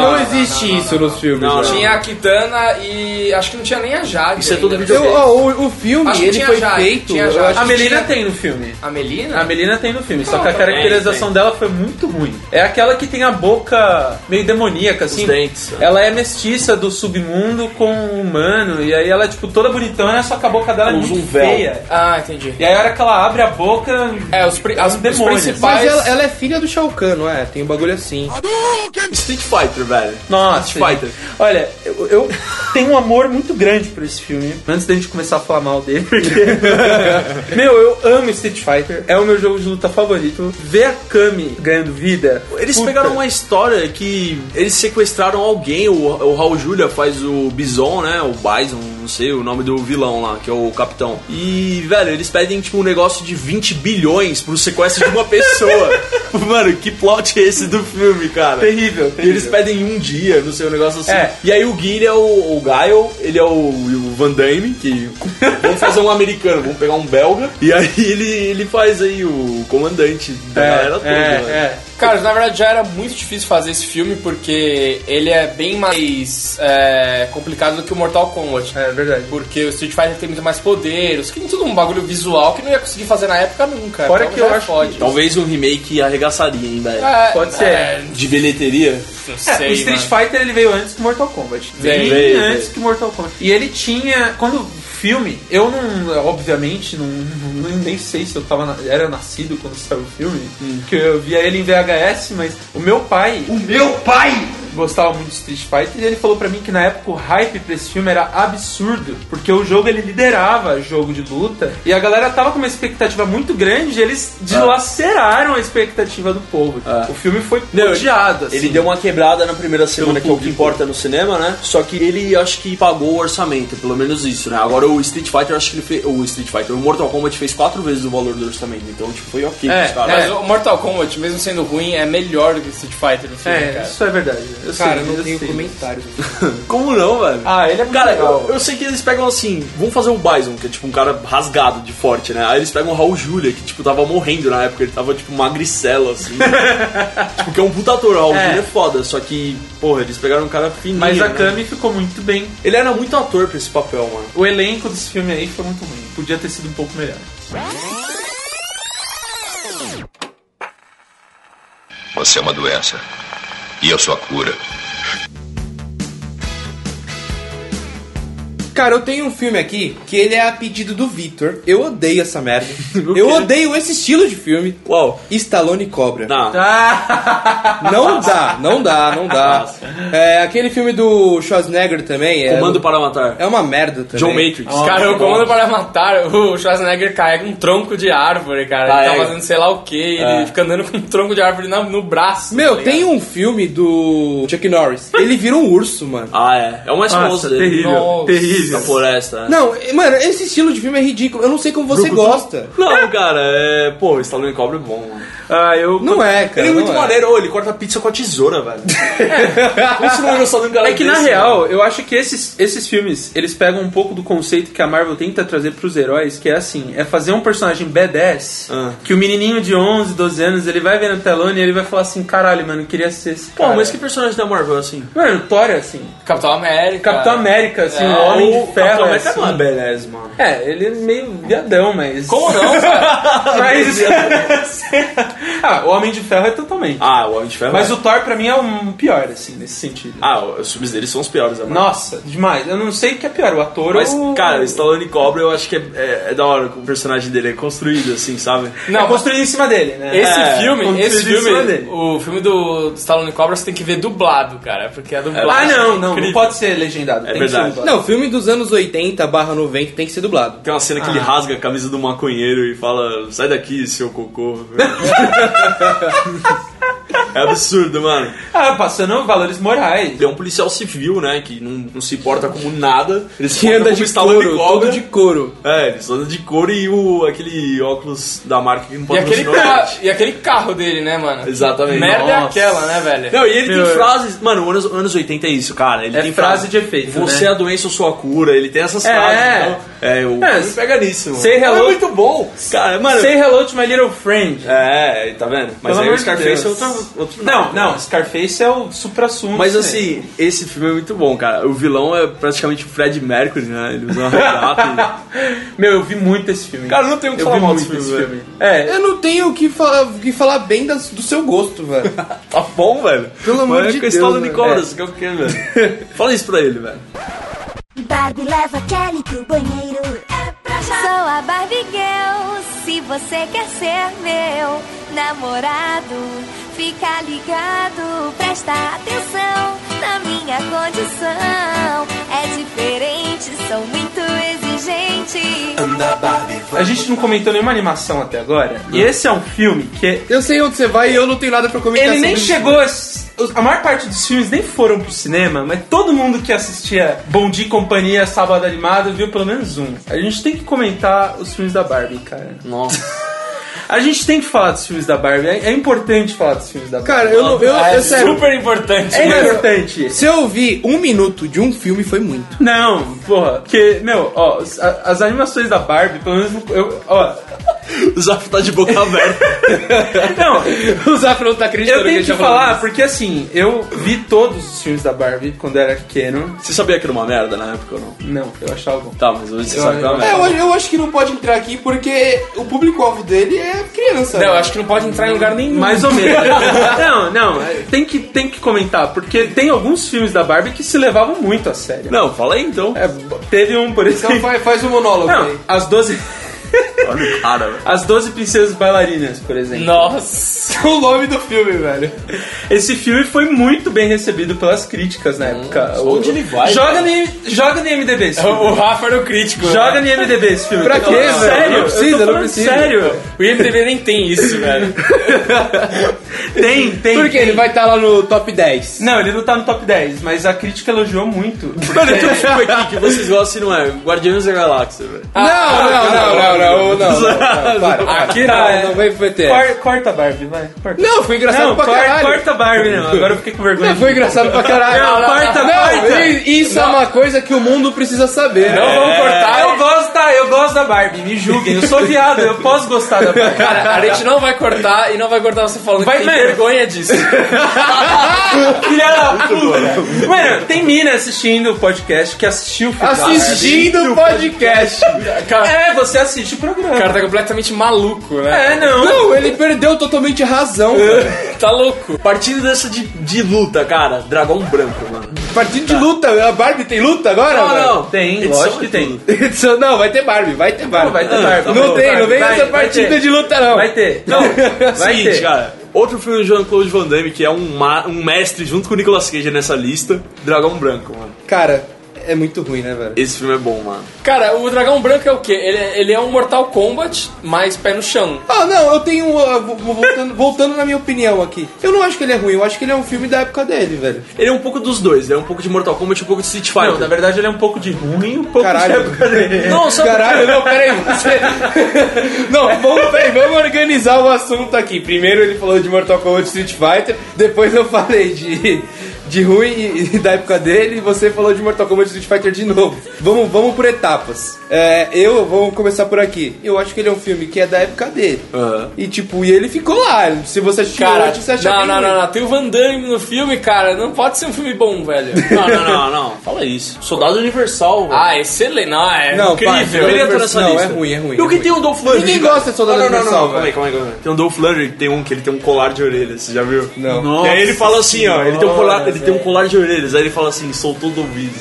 G: não,
A: existe isso nos filmes. né?
G: Não,
A: velho.
G: não.
D: Tinha a Kitana e acho que não tinha nem a Jade.
G: Isso é
D: ainda.
G: todo
A: Eu-
G: videogame.
A: ó, o, o filme,
D: Acho que
A: ele
D: tinha
A: foi
D: já,
A: feito...
D: tinha
A: eu
D: já.
A: acho
B: A
A: que
B: Melina
A: tinha-
B: tem no filme.
D: A
B: A
D: Melina?
B: Melina tem no filme, só
D: Não,
B: que a
D: também
B: caracterização dela foi muito ruim. É aquela que tem a boca meio demoníaca, assim.
G: dentes. né?
B: Ela é mestiça do submundo com o humano, e aí ela é, tipo, toda bonitona, só que a boca dela é
G: Usa
B: muito
G: um véu.
B: feia.
D: Ah, entendi.
B: E aí a hora que ela abre a boca...
D: É, os, pri- as, os
B: demônios.
A: Mas
D: principais.
A: ela, ela é filha do Shao Kahn, não é? Tem um bagulho assim.
G: Street Fighter, velho.
B: Nossa,
G: Street Fighter.
B: gente. olha, eu, eu tenho um amor muito grande por esse filme. Antes da gente começar a falar mal dele, porque. meu, eu amo Street Fighter, é o meu jogo de luta favorito. Ver a Kami ganhando vida. é
G: Eles
B: puta.
G: pegaram uma história que eles sequestraram alguém, o, o Raul Julia faz o Bison, né? O Bison, não sei o nome do vilão lá, que é o capitão. E, velho, eles pedem, tipo, um negócio de 20 bilhões pro sequestro de uma pessoa. Mano, que plot é esse do filme, cara?
B: Terrível,
G: E eles
B: terrível.
G: pedem um dia, não sei, um negócio assim.
B: É.
G: E aí o Gui, ele é o, o Guile, ele é o, o Van Damme, que... vamos fazer um americano, vamos pegar um belga. E aí ele, ele faz aí o comandante da galera toda. né?
B: É, é.
D: Cara, na verdade já era muito difícil fazer esse filme porque ele é bem mais é, complicado do que o Mortal Kombat. né?
B: É verdade.
D: Porque o Street Fighter tem muito mais poderes, que tem tudo um bagulho visual que não ia conseguir fazer na época nunca.
B: Fora
D: Então
B: que eu
D: já
B: acho
D: fode.
B: que-
G: Talvez um remake arregaçaria, hein, velho?
D: É,
B: Pode ser.
D: é,
G: De bilheteria?
D: não
B: É,
D: sei,
B: o Street
D: mano.
B: Fighter ele veio antes que Mortal Kombat. Bem
G: veio,
B: antes
G: veio.
B: que Mortal Kombat. E ele tinha. Quando o filme, eu não, obviamente, não, não- nem sei se eu tava na- era nascido quando saiu o filme, que eu via ele em VHS, mas o meu pai. O meu pai! Gostava muito de Street Fighter e ele falou pra mim que na época o hype pra esse filme era absurdo, porque o jogo ele liderava jogo de luta e a galera tava com uma expectativa muito grande e eles dilaceraram a expectativa do povo.
G: Ah.
B: O filme foi
G: Não,
B: odiado. assim.
G: Ele deu uma quebrada na primeira semana, que é o que importa no cinema, né? Só que ele acho que pagou o orçamento, pelo menos isso, né? Agora o Street Fighter, acho que ele fez. O Street Fighter, o Mortal Kombat fez quatro vezes o valor do orçamento, então, tipo, foi ok
D: É,
G: pros caras.
D: mas o Mortal Kombat, mesmo sendo ruim, é melhor do que o Street Fighter no filme,
B: É,
D: cara.
B: isso é verdade. Eu
A: Cara,
B: sei,
A: eu não
B: eu
A: tenho
B: sei.
A: comentários.
G: Como não, velho?
B: Ah, ele é muito
G: Cara,
B: legal.
G: eu, eu sei que eles pegam assim, vamos fazer o Bison, que é tipo um cara rasgado de forte, né? Aí eles pegam o Raul Júlia, que tipo tava morrendo na época, ele tava tipo magricela, assim. tipo, que é um puta ator, o Raul
B: É.
G: Júlia é foda, só que, porra, eles pegaram um cara fininho.
B: Mas a
G: né?
B: Kami ficou muito bem.
G: Ele era muito ator pra esse papel, mano.
B: O elenco desse filme aí foi muito ruim. Podia ter sido um pouco melhor.
K: Você é uma doença. E eu sou a cura.
A: Cara, eu tenho um filme aqui que ele é a pedido do Victor. Eu odeio essa merda. eu odeio esse estilo de filme.
G: Uau.
A: Stallone Cobra.
G: Não.
A: Não dá, não dá, não dá. É, aquele filme do Schwarzenegger também. É,
G: Comando para matar.
A: é uma merda também.
G: John Matrix.
D: Cara, o comando para matar, o Schwarzenegger carrega um tronco de árvore,
A: Ah,
D: cara. Ele tá
A: é.
G: Carrega.
D: fazendo sei lá o que, ele fica andando com um tronco de árvore na- no braço.
A: Meu,
D: tá
A: tem
D: ligado?
A: um filme do Chuck Norris. Ele vira um urso, mano.
G: Ah, é. É uma esposa
B: Nossa,
G: dele.
B: terrível,
D: Nossa.
B: terrível.
G: Na floresta, né?
A: Não, eh, mano, esse estilo de filme é ridículo. Eu não sei como você gosta.
G: Não, cara, é. Pô, o Stallone Cobra é bom, mano.
B: Ah, eu.
A: Não é, cara.
G: Ele é muito
A: não
G: maneiro, ô, ele corta pizza com a tesoura, velho. Como se não é o Stallone cara
B: É que na
G: desse,
B: real, eu acho que esses, esses filmes, eles pegam um pouco do conceito que a Marvel tenta trazer pros heróis, que é assim, é fazer um personagem badass,
G: Ah.
B: que o menininho de 11, 12 anos, ele vai ver na telona e ele vai falar assim, caralho, mano, eu queria ser esse
G: Pô,
B: cara.
G: mas que personagem da Marvel assim?
B: Mano, o Thor é assim.
D: Capitão América.
B: Capitão América, assim,
D: É,
B: o Homem de Ferro é
G: é uma
B: assim.
G: beleza, mano.
B: É, ele é meio viadão, mas...
D: Como não, cara?
B: Mas. ah, o Homem de Ferro é totalmente.
G: Ah, o Homem de Ferro.
B: Mas
G: é.
B: o Thor pra mim é um pior, assim, nesse sentido.
G: Ah, os filmes deles são os piores, é, mano.
B: Nossa, demais. Eu não sei o que é pior, o ator
G: Mas,
B: ou.
G: cara, o Stallone Cobra eu acho que é, é- é da hora como o personagem dele é construído, assim, sabe?
B: Não, é construído em cima dele, né?
D: Esse
G: É,
D: filme,
B: construído
D: esse
B: em cima
D: filme,
B: dele.
D: o filme do, do Stallone Cobra você tem que ver dublado, cara, porque a dublagem.
B: Ah, não, não, não
D: incrível.
B: pode ser legendado.
G: É
B: tem
G: verdade.
B: Que ser
A: Não, filme dos anos 80 barra 90 tem que ser dublado.
G: Tem uma cena que ele rasga a camisa do maconheiro e fala: sai daqui, seu cocô. é absurdo, mano.
B: ah, passando valores morais.
G: Ele é um policial civil, né? Que não, não se porta como nada. Ele se
A: Que
G: porta
A: anda
G: como
A: de
G: Stallone
A: couro,
G: Cobra.
A: todo de couro.
G: É, ele só anda de couro e o, aquele óculos da marca que
A: É.
G: não
D: E
G: pode
D: aquele,
G: continuar,
D: ca-
G: gente.
D: e aquele carro dele, né, mano?
G: Exatamente.
D: Merda é
G: Nossa.
D: aquela, né, velho?
G: Não, e ele
B: Meu,
G: tem
B: eu-
G: frases. Mano, anos, anos 80 é isso, cara. Ele
B: É
G: tem
B: frase de efeito,
G: Você
B: né?
G: é a doença ou sua cura. Ele tem essas
B: É.
G: frases. Então, é, o
B: É,
G: filme pega nisso, mano.
B: Say hello-
G: É muito bom. Cara, mano.
B: Say hello to my little friend.
G: É, tá vendo? Mas
B: Pelo
G: aí
B: amor
G: o
B: de
G: Scarface é
B: Deus.
G: outro, outro
B: Não,
G: nome,
B: não, Scarface é o supra-sumo.
G: Mas
B: do
G: assim, esse filme é muito bom, cara. O vilão é praticamente o Fred Mercury, né? Ele usa uma regata.
B: cinema. Meu, eu vi muito esse filme.
G: Cara, não tem o
B: ah,
G: que
B: eu
G: falar
B: vi
G: mal
B: muito
G: desse
B: esse
G: filme,
B: filme. É,
A: Eu não tenho o que, fala- o que falar bem das- do seu gosto, velho.
G: Tá bom, velho.
A: Pelo amor
G: Mas
A: de
G: é com a
A: Deus,
G: história do
A: né?
G: Nicolas, que é o quê, velho? Fala isso pra ele, velho.
K: Barbie leva Kelly pro banheiro. É pra já. Sou a Barbie Girl. Se você quer ser meu namorado, fica ligado. Presta atenção na minha condição. É diferente, sou muito exigente.
B: a gente não comentou nenhuma animação até agora. E esse é um filme que
A: Eu sei onde você vai e eu não tenho nada pra comentar
B: Ele nem
A: sobre isso.
B: chegou a s- os- a maior parte dos filmes nem foram pro cinema, mas todo mundo que assistia Bom Dia e Companhia, Sábado Animado, viu pelo menos um. A gente tem que comentar os filmes da Barbie, cara.
G: Nossa.
B: A gente tem que falar dos filmes da Barbie, é, é importante falar dos filmes da Barbie.
A: Cara, eu não. Eu,
B: Ah,
A: eu, sério,
D: Super importante.
B: é importante.
A: se eu ouvir um minuto de um filme, foi muito.
B: Não, porra, porque, meu, ó, as, as animações da Barbie, pelo menos eu, ó,
G: O Zafo tá de boca aberta.
B: não,
A: O Zafra não tá acreditando
B: eu
A: que a
B: tenho
A: gente
B: que
A: tá falando
B: falar, porque assim, eu vi todos os filmes da Barbie quando eu era pequeno.
G: Você sabia que era uma merda na época ou não?
B: Não, eu achava bom.
G: Tá, mas hoje você sabe que é uma
A: É,
G: merda.
A: eu, acho- eu acho que não pode entrar aqui porque o público-alvo dele é criança.
D: Não,
A: né?
D: eu acho que não pode entrar em lugar nenhum.
B: Mais ou menos. não, não, tem que, tem que comentar, porque tem alguns filmes da Barbie que se levavam muito a sério.
G: Não, fala aí então.
B: É, teve um, por
A: Então
B: exemplo.
A: faz, faz um monólogo aí.
B: Não, as 12. É,
G: Olha o cara, velho.
B: As 12 Princesas Bailarinas, por exemplo.
D: Nossa.
A: É O nome do filme, velho.
B: Esse filme foi muito bem recebido pelas críticas
A: Hum,
B: na época.
G: onde ele vai,
B: Joga no, M- joga no MDB esse filme.
D: O Rafa era o crítico. né?
B: Joga no MDB esse filme.
A: Pra
B: Eu tô
A: quê,
B: falando
A: velho?
B: Sério,
A: Não precisa,
B: eu tô
A: não
B: falando
A: precisa.
B: Sério.
D: O IMDB nem tem isso, velho.
B: Tem, tem.
A: Porque
B: tem.
A: ele vai estar lá no top 10.
B: Não, ele não tá no top 10, mas a crítica elogiou muito.
G: Mano, tem um filme aqui que vocês gostam e não é Guardiões da Galáxia, velho.
D: Ah,
A: não, não, não, Ah, não, não, não, não, não, para, para.
B: Akira, é.
A: não, não vem pro PT.
B: Cor- corta a Barbie, vai. Corta.
A: Não, foi engraçado
B: Não,
A: pra
B: cor-
A: caralho.
B: corta a Barbie, não. Agora eu fiquei com vergonha.
A: Não, foi engraçado pra caralho.
B: Não, corta, corta.
A: i- Isso é uma coisa que o mundo precisa saber. É.
D: Não vamos cortar.
B: Eu gosto, da, eu gosto da Barbie, me julguem. Eu sou viado, eu posso gostar da Barbie.
D: Cara, a gente não vai cortar e não vai cortar você falando
B: Vai
D: que tem
B: mesmo.
D: vergonha disso.
B: Filha da puta. Mano, tem mina assistindo o podcast que assistiu o filme. da
A: Assistindo o podcast.
B: Barbie.
D: Cara,
B: É, você assiste o programa.
D: o cara tá completamente maluco, né?
B: É, não.
A: Não, ele perdeu totalmente a razão.
B: É.
A: cara.
D: Tá louco.
G: Partindo dessa de, de luta, cara. Dragão branco, mano.
A: Partido de luta. A Barbie tem luta agora?
G: Não,
A: mano?
G: não.
B: Tem,
G: Edição
B: lógico que
G: e
B: tem.
A: Edição- Não, vai ter Barbie, vai ter Barbie.
B: Não, vai ter Barbie.
A: Não tem, não vem
B: Vai,
A: essa
B: vai
A: partida
B: ter.
A: de luta, não.
B: Vai ter. Não, vai
G: Seguinte,
B: ter.
G: cara. Outro filme do Jean-Claude Van Damme que é um, ma- um mestre junto com o Nicolas Cage nessa lista. Dragão branco, mano.
A: Cara, é muito ruim, né, velho?
G: Esse filme é bom, mano.
D: Cara, o Dragão Branco é o quê? Ele, é- ele é um Mortal Kombat, mas pé no chão.
A: Ah, não, eu tenho. ah, vo- vo- voltando, voltando na minha opinião aqui. Eu não acho que ele é ruim, eu acho que ele é um filme da época dele, velho.
G: Ele é um pouco dos dois. Ele é um pouco de Mortal Kombat e um pouco de Street Fighter.
B: Não, na verdade ele é um pouco de ruim e um pouco
A: Caralho.
B: de época dele.
A: Não, Caralho, não, peraí, você. não, vamos, peraí, vamos organizar o assunto aqui. Primeiro ele falou de Mortal Kombat Street Fighter, depois eu falei de. De ruim e, e da época dele, e você falou de Mortal Kombat Street Fighter de novo. Vamos, vamos por etapas. É, eu vou começar por aqui. Eu acho que ele é um filme que é da época dele.
G: Aham.
A: E tipo, e ele ficou lá. Se você assistiu
D: Cara,
A: antes, você acha
D: não,
A: bem
D: não,
A: ruim.
D: não, não. Tem o Van Damme no filme, cara. Não pode ser um filme bom, velho.
G: Não, não, não, não. Fala isso. Soldado Universal, velho.
D: Ah, excelente. Não, é
A: Não,
D: incrível.
A: para,
G: Ele entrou nessa
A: não,
G: lista.
A: é ruim, é ruim,
G: E o
A: é
G: que
A: ruim.
G: tem o Dolph Lundgren?
A: Ninguém
G: cara?
A: gosta de Soldado
G: não, não, não,
A: Universal,
G: não. Calma aí, calma aí, calma aí. Tem o Dolph Lundgren, tem um que ele tem um colar de orelhas. Você já viu?
A: Não.
G: E aí ele fala assim, ó. Ele tem um colar, ele tem um colar de orelhas. Aí ele fala assim, soltou do ouvido.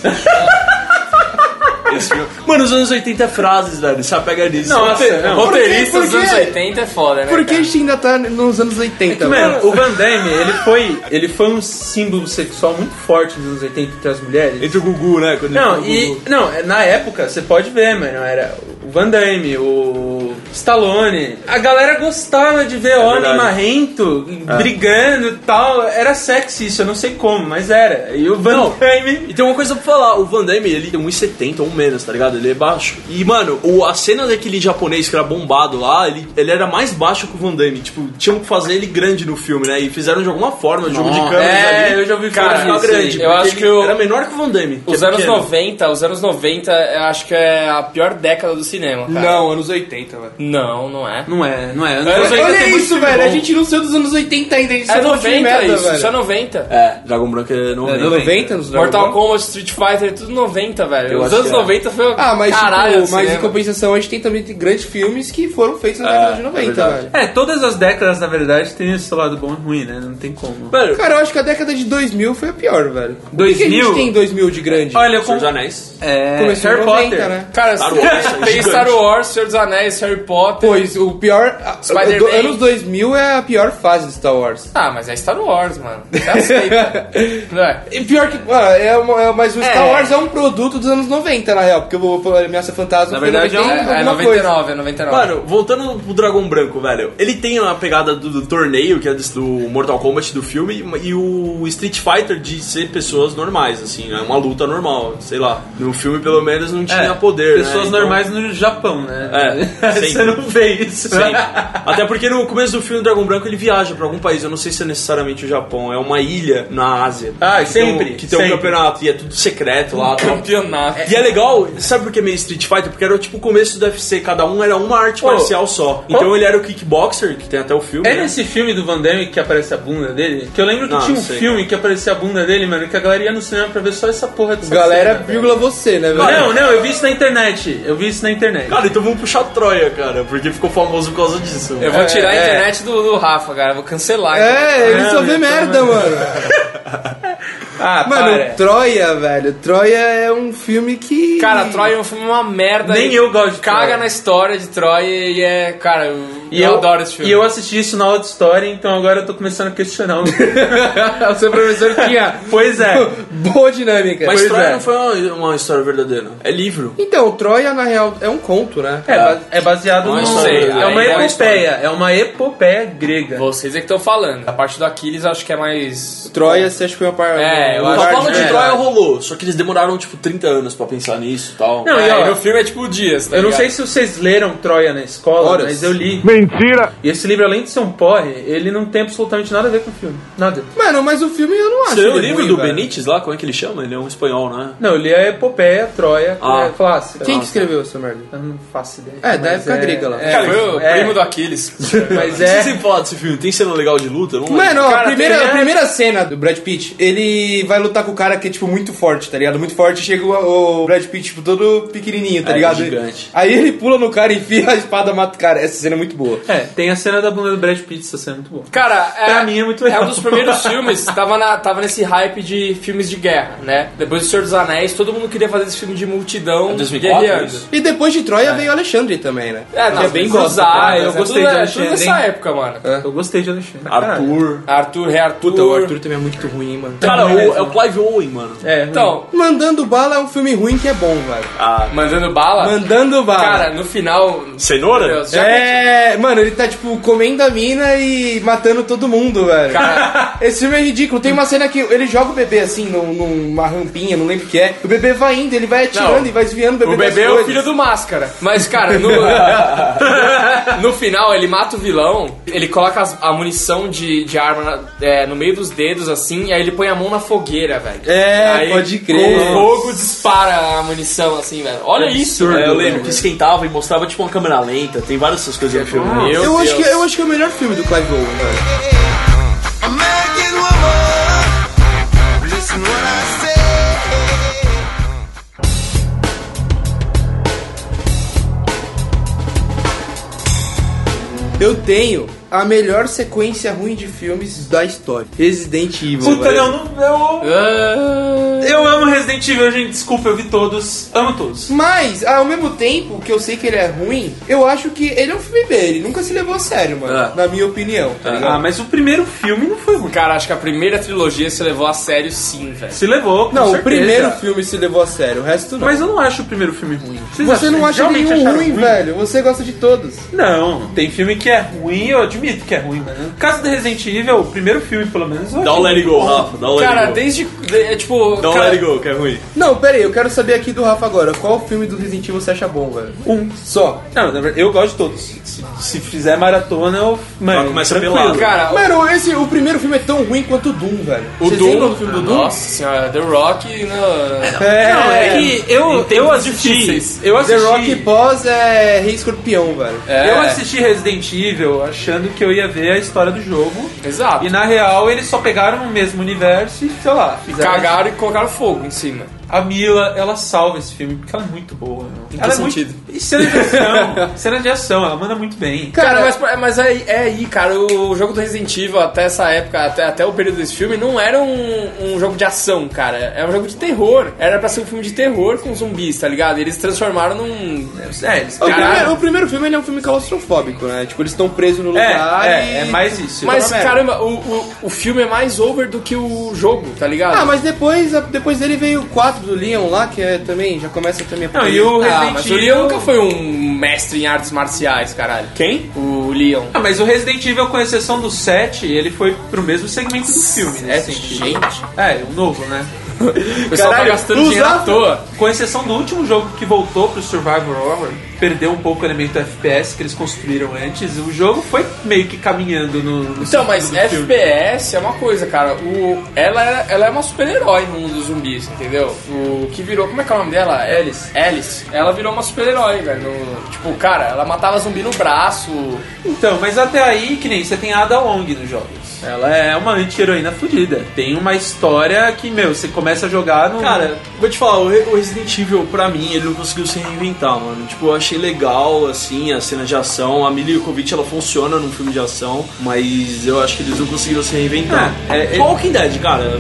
G: Esse filme- Mano, os anos 80 é frases, velho. Você apega nisso.
B: Nossa, não.
D: Roteirista
A: Por quê?
D: dos
A: Por quê?
D: anos 80 é foda, né?
A: Por que a
D: cara?
A: gente ainda tá nos anos 80, mano?
B: Mano, o Van Damme, ele foi, ele foi um símbolo sexual muito forte nos anos 80 entre as mulheres.
G: Entre o Gugu, né? Quando ele
B: Não,
G: entra o
B: e
G: Gugu.
B: não, é, na época você pode ver, mano, era o Van Damme, o Stallone. A galera gostava de ver homem
G: verdade.
B: marrento brigando e tal, era sexy isso, eu não sei como, mas era. E o Van
G: Não.
B: Damme
G: E tem uma coisa pra falar, o Van Damme, ele tem 1,70 ou menos, tá ligado? Ele é baixo. E, mano, o, a cena daquele japonês que era bombado lá, ele, ele era mais baixo que o Van Damme. Tipo, tinham que fazer ele grande no filme, né? E fizeram de alguma forma, jogo de câmeras
B: é,
G: ali.
B: eu já ouvi
G: pra
B: falar
G: ele ficar
B: disso
G: grande.
D: aí. Eu
G: porque
D: acho que
G: ele
D: o-
G: Era menor que o Van Damme. que
D: Os
G: é
D: anos
G: pequeno.
D: 90, os anos 90, eu acho que é a pior década do cinema, cara.
A: Não, anos 80, velho.
D: Não, não é.
B: não é, não é.
D: Anos 80
A: Olha
D: tem muito
A: isso,
D: filme
A: velho.
D: bom.
A: A gente não saiu dos anos 80 ainda. A gente
D: É
A: saiu do
D: 90
A: filme merda,
D: isso,
A: velho.
D: isso é 90.
G: É, Dragon Branco é 90.
A: É 90 nos
D: Mortal
A: Dragon Ball?
D: Kombat, Street Fighter, é tudo 90, velho.
G: Eu
D: Os
G: acho
D: anos
G: que é.
D: 90 foi o
A: Ah, mas,
D: caralho assim, né?
A: tipo,
D: do
A: mas em
D: cinema.
A: compensação, a gente tem também grandes filmes que foram feitos na
D: é
A: década de 90,
G: verdade.
A: velho.
B: É, todas as décadas, na verdade, tem esse lado bom e ruim, né? Não tem como.
G: Velho,
A: Cara, eu acho que a década de 2000 foi a pior, velho. O que que a
B: 2000?
A: gente tem em 2000 de grande?
B: Olha, eu
G: Senhor
B: com...
G: dos Anéis.
B: é,
A: Começou
B: Harry
A: em 90,
B: Potter.
A: né?
D: Cara,
G: Star Wars, é
D: tem
G: gigante.
D: Star Wars, Senhor dos Anéis, Harry Potter.
A: Pois, o pior... a-
D: Spider-Man.
A: do- Anos 2000 é a pior fase de Star Wars.
D: Ah, mas é Star Wars, mano. Já aceita. Não é?
A: E pior que... Ah, é, uma- é- mas o Star
D: É.
A: Wars é um produto dos anos 90, na real. Porque o o Ameaça Fantasma
D: Na verdade, é,
A: foi em
D: é
A: 91, alguma coisa.
D: 99, é
B: Ah.
D: 99.
G: um- Mano, voltando pro Dragão Branco, velho. Ele tem a pegada do, do torneio, que é do Mortal Kombat do filme, e o Street Fighter de ser pessoas normais, assim, é uma luta normal, sei lá. No filme, pelo menos, não tinha poder. né?
B: É, Pessoas
G: Então-
B: normais no Japão, né?
G: É,
B: Você
G: sempre.
B: não vê isso. né?
G: Sim. Até porque no começo do filme, o Dragão Branco ele viaja pra algum país. Eu não sei se é necessariamente o Japão, é uma ilha na Ásia.
B: Ah,
G: Que tem um-
B: sempre,
G: Que tem um
B: sempre. Então,
G: campeonato e é tudo secreto lá. tal.
D: Campeonato.
G: E é legal, sabe por que é meio Street Fighter? Porque era tipo o começo do UFC, cada um era uma arte marcial só. Então ele era o kickboxer, que tem até o filme.
B: É
G: né?
B: nesse filme do Van Damme que aparece a bunda dele? Que eu lembro que
G: Não,
B: tinha um
G: sei,
B: filme que aparecia a bunda dele, mano, que a galera ia no cinema pra ver só essa porra dessa
A: Galera,
B: cena, velho.
A: vírgula você, né, velho?
B: Não, não, eu vi isso na internet. Eu vi isso na internet.
G: Cara, então vamos puxar a Troia, cara, porque ficou famoso por causa disso.
D: Eu
B: É,
D: vou tirar a internet do, do Rafa, cara. Vou cancelar.
A: É, ele só vê merda, mano.
B: Ah,
A: Mano,
B: para.
A: Troia, velho. Troia é um filme que.
D: Cara, Troy é um filme uma merda.
B: Nem
D: e
B: eu gosto de
D: Caga
B: Troy.
D: na história de Troy e é. Cara, eu,
B: E
D: eu adoro esse filme.
B: E eu assisti isso na aula de história, então agora eu tô começando a questionar. o-
A: o seu professor tinha
B: pois é.
A: boa dinâmica.
G: Mas
A: Pois
G: Troia
A: é.
G: não foi uma, uma história verdadeira. É livro.
A: Então, Troia, na real, é um conto, né?
B: É, ba- é baseado
G: Não
B: no.
G: sei,
B: é uma
D: aí é uma
B: epopeia. É uma epopeia grega.
D: Vocês é que estão falando. A parte do Aquiles eu acho que é mais.
A: Troia, você acha que foi uma parte.
D: É, eu
A: uma
D: acho
G: A
A: parte
G: fala de
A: né?
G: Troia rolou, só que eles demoraram tipo 30 anos pra pensar nisso e tal. Ah,
B: Não, e
D: É,
B: ó,
D: e no filme é tipo dias, tá
B: Eu não
D: ligado?
B: sei se vocês leram Troia na escola,
A: Horas.
B: mas eu li.
J: Mentira!
B: E esse livro, além de ser um porre, ele não tem absolutamente nada a ver com o filme. Nada.
A: Mano, mas o filme eu não acho.
G: Você leu o
A: ele
G: é um livro
A: ruim,
G: do
A: velho.
G: Benítez lá? Como é que ele chama? Ele é um espanhol, né?
B: Não, eu li a epopeia, Troia,
G: Ah.
B: é clássica.
A: Quem que escreveu essa merda?
B: Eu não faço ideia.
A: É, da
B: mas
A: época grega lá.
B: é-
D: Cara, foi o
B: é,
D: primo do Aquiles.
B: Mas
G: Vocês
B: é.
G: têm falado desse filme? Tem cena legal de luta? Eu Não é? lembro.
A: Mano, ó, a,
B: Cara,
A: primeira,
B: tem-
A: a primeira cena do Brad Pitt, ele vai lutar com o cara que é, tipo, muito forte, tá ligado? Muito forte, chega o, o Brad Pitt, tipo, todo pequenininho, tá
G: É,
A: ligado?
G: gigante.
A: Aí ele pula no cara, enfia a espada, mata o cara. Essa cena é muito boa.
B: É, tem a cena da bunda do Brad Pitt, essa cena é muito boa.
D: Cara, é,
B: Pra mim é muito legal.
D: um dos primeiros filmes, tava, na, tava nesse hype de filmes de guerra, né? Depois do Senhor dos Anéis, todo mundo queria fazer esse filme de multidão.
G: É 2004
D: guerreando.
G: isso?
A: E depois de Troia veio Alexandre também, né?
D: É,
A: que é
D: não,
A: bem
D: gosto.
A: gosta.
B: eu gostei
D: tudo,
B: de
D: é,
B: Alexandre, É.
D: tudo nessa
B: hein?
D: época, mano.
B: Eu gostei de Alexandre.
G: Ah,
B: Caralho.
G: Arthur.
D: Arthur, Rei Arthur.
A: Puta, o Arthur também é muito ruim, hein, mano.
G: Cara, o, é o Clive Owen, mano.
B: É, então.
D: Então,
A: Mandando Bala é um filme ruim que é bom, velho.
G: Ah,
D: mandando bala.
A: Mandando Bala.
D: Cara, no final.
G: cenoura?
D: Meu Deus, já-
A: é, mano, ele tá, tipo, comendo a mina e matando todo mundo, velho.
D: Cara,
A: Esse filme é ridículo. Tem uma cena que ele joga o bebê assim num- numa rampinha, não lembro o que é. O bebê vai indo, ele vai atirando
D: Não.
A: e vai desviando o bebê.
D: o bebê
A: das
D: é o
A: coisas.
D: filho do Máscara. Mas, cara, no, no final ele mata o vilão, ele coloca as- a munição de, de arma na- é, no meio dos dedos, assim, e aí ele põe a mão na fogueira, velho.
A: É,
D: Aí,
A: pode crer.
D: Com o fogo dispara a munição, assim, velho. Olha isso,
G: é,
D: velho.
G: eu lembro que esquentava e mostrava tipo uma câmera lenta. Tem várias dessas coisas no filme.
D: Meu
A: eu, acho que,
D: Deus.
A: eu acho que é o melhor filme do Clive Owen, velho. Eu tenho a melhor sequência ruim de filmes da história. Resident Evil.
B: Puta,
A: velho.
B: não, não.
G: É,
B: Eu,
D: Ah.
B: eu amo Resident Evil, gente. Desculpa, eu vi todos. Amo todos.
A: Mas, ao mesmo tempo que eu sei que ele é ruim, eu acho que ele é um filme B. Ele nunca se levou a sério, mano.
G: Ah.
A: Na minha opinião, tá ligado?
B: Ah, mas o primeiro filme não foi ruim.
D: Cara, acho que a primeira trilogia se levou a sério, sim, velho.
B: Se levou, com
A: Não,
B: certeza.
A: o primeiro filme se levou a sério, o resto não.
B: Mas eu não acho o primeiro filme ruim. Vocês
A: você
B: acham-
A: não acha
B: realmente
A: nenhum
B: acharam
A: ruim, velho. Você gosta de todos.
B: Não, tem filme que é ruim, eu admito que é ruim, mas no caso do Resident Evil, o primeiro filme, pelo menos, é eu
G: Dá o
B: achei.
G: let it go, Rafa. Dá o let
D: Cara,
G: it go.
D: desde. de- é tipo.
G: Dá o
D: cara,
G: let it go, que é ruim.
A: Não, pera aí, eu quero saber aqui do Rafa agora. Qual filme do Resident Evil você acha bom, velho?
B: um.
A: Só.
B: Não, na verdade, eu gosto de todos. Se, se fizer maratona, eu. Mano,
G: começa
B: tranquilo.
G: pelado.
D: cara,
A: Mano, esse, o primeiro filme é tão ruim quanto o Doom, velho.
D: o
A: Vocês lembram do filme do Doom?
D: Nossa senhora, The Rock. né? Não,
A: É,
B: Não, é que eu, eu
D: difíceis.
B: assisti. Eu
A: The
B: assisti.
A: Rock pós é Rei Escorpião, velho.
D: É.
B: Eu assisti Resident Evil achando que eu ia ver a história do jogo.
D: Exato.
B: E na real, eles só pegaram o mesmo universo e, sei lá, fizeram.
D: Cagaram e colocaram fogo em cima.
B: A Mila, ela salva esse filme porque ela é muito boa. Meu.
D: que
B: ela é
D: sentido?
B: Muito... E cena de ação. cena de ação, ela manda muito bem.
D: Cara, mas, mas é, é aí, cara, o jogo do Resident Evil até essa época, até, até o período desse filme, não era um, um jogo de ação, cara. Era um jogo de terror. Era pra ser um filme de terror com zumbis, tá ligado? Eles transformaram num.
B: É, eles
A: O
D: Caralho.
A: primeiro, o primeiro filme ele é um filme claustrofóbico, né? Tipo, eles estão presos no lugar
B: É,
A: e...
B: é, é mais isso.
D: Mas,
A: merda.
D: caramba, o, o, o filme é mais over do que o jogo, tá ligado?
A: Ah, mas depois, depois dele veio o 4 do Leon lá, que é também, já começa também a
B: Não, e o
D: Ah,
B: Resident
D: mas o
B: Evil...
D: Leon nunca foi um mestre em artes marciais, caralho.
B: Quem?
D: O Leon.
B: Ah, mas o Resident Evil, com exceção do 7, ele foi pro mesmo segmento do filme, né?
D: É,
B: Assim,
D: gente.
B: É, o novo, né?
D: O pessoal
A: Caralho,
D: tá gastando dinheiro
A: usar-
D: à toa.
B: Com exceção do último jogo que voltou pro Survival Horror, perdeu um pouco o elemento FPS que eles construíram antes, o jogo foi meio que caminhando no... no
D: Então,
B: sentido
D: mas
B: do filme.
D: FPS é uma coisa, cara. O, ela, é, ela é uma super-herói no mundo dos zumbis, entendeu? O que virou. Como é que é o nome dela? Alice. Alice. Ela virou uma super-herói, velho. No- Tipo, cara, ela matava zumbi no braço.
B: Então, mas até aí, que nem você tem a Ada Wong nos jogos. Ela é uma anti-heroína fodida. Tem uma história que, meu, você começa a jogar no...
G: Cara, vou te falar, o Re- o Resident Evil, pra mim, ele não conseguiu se reinventar, mano. Tipo, eu achei legal, assim, a cena de ação. A Miliukovic, ela funciona num filme de ação, mas eu acho que eles não conseguiram se reinventar.
B: É, é-
G: é, Walking Dead, cara.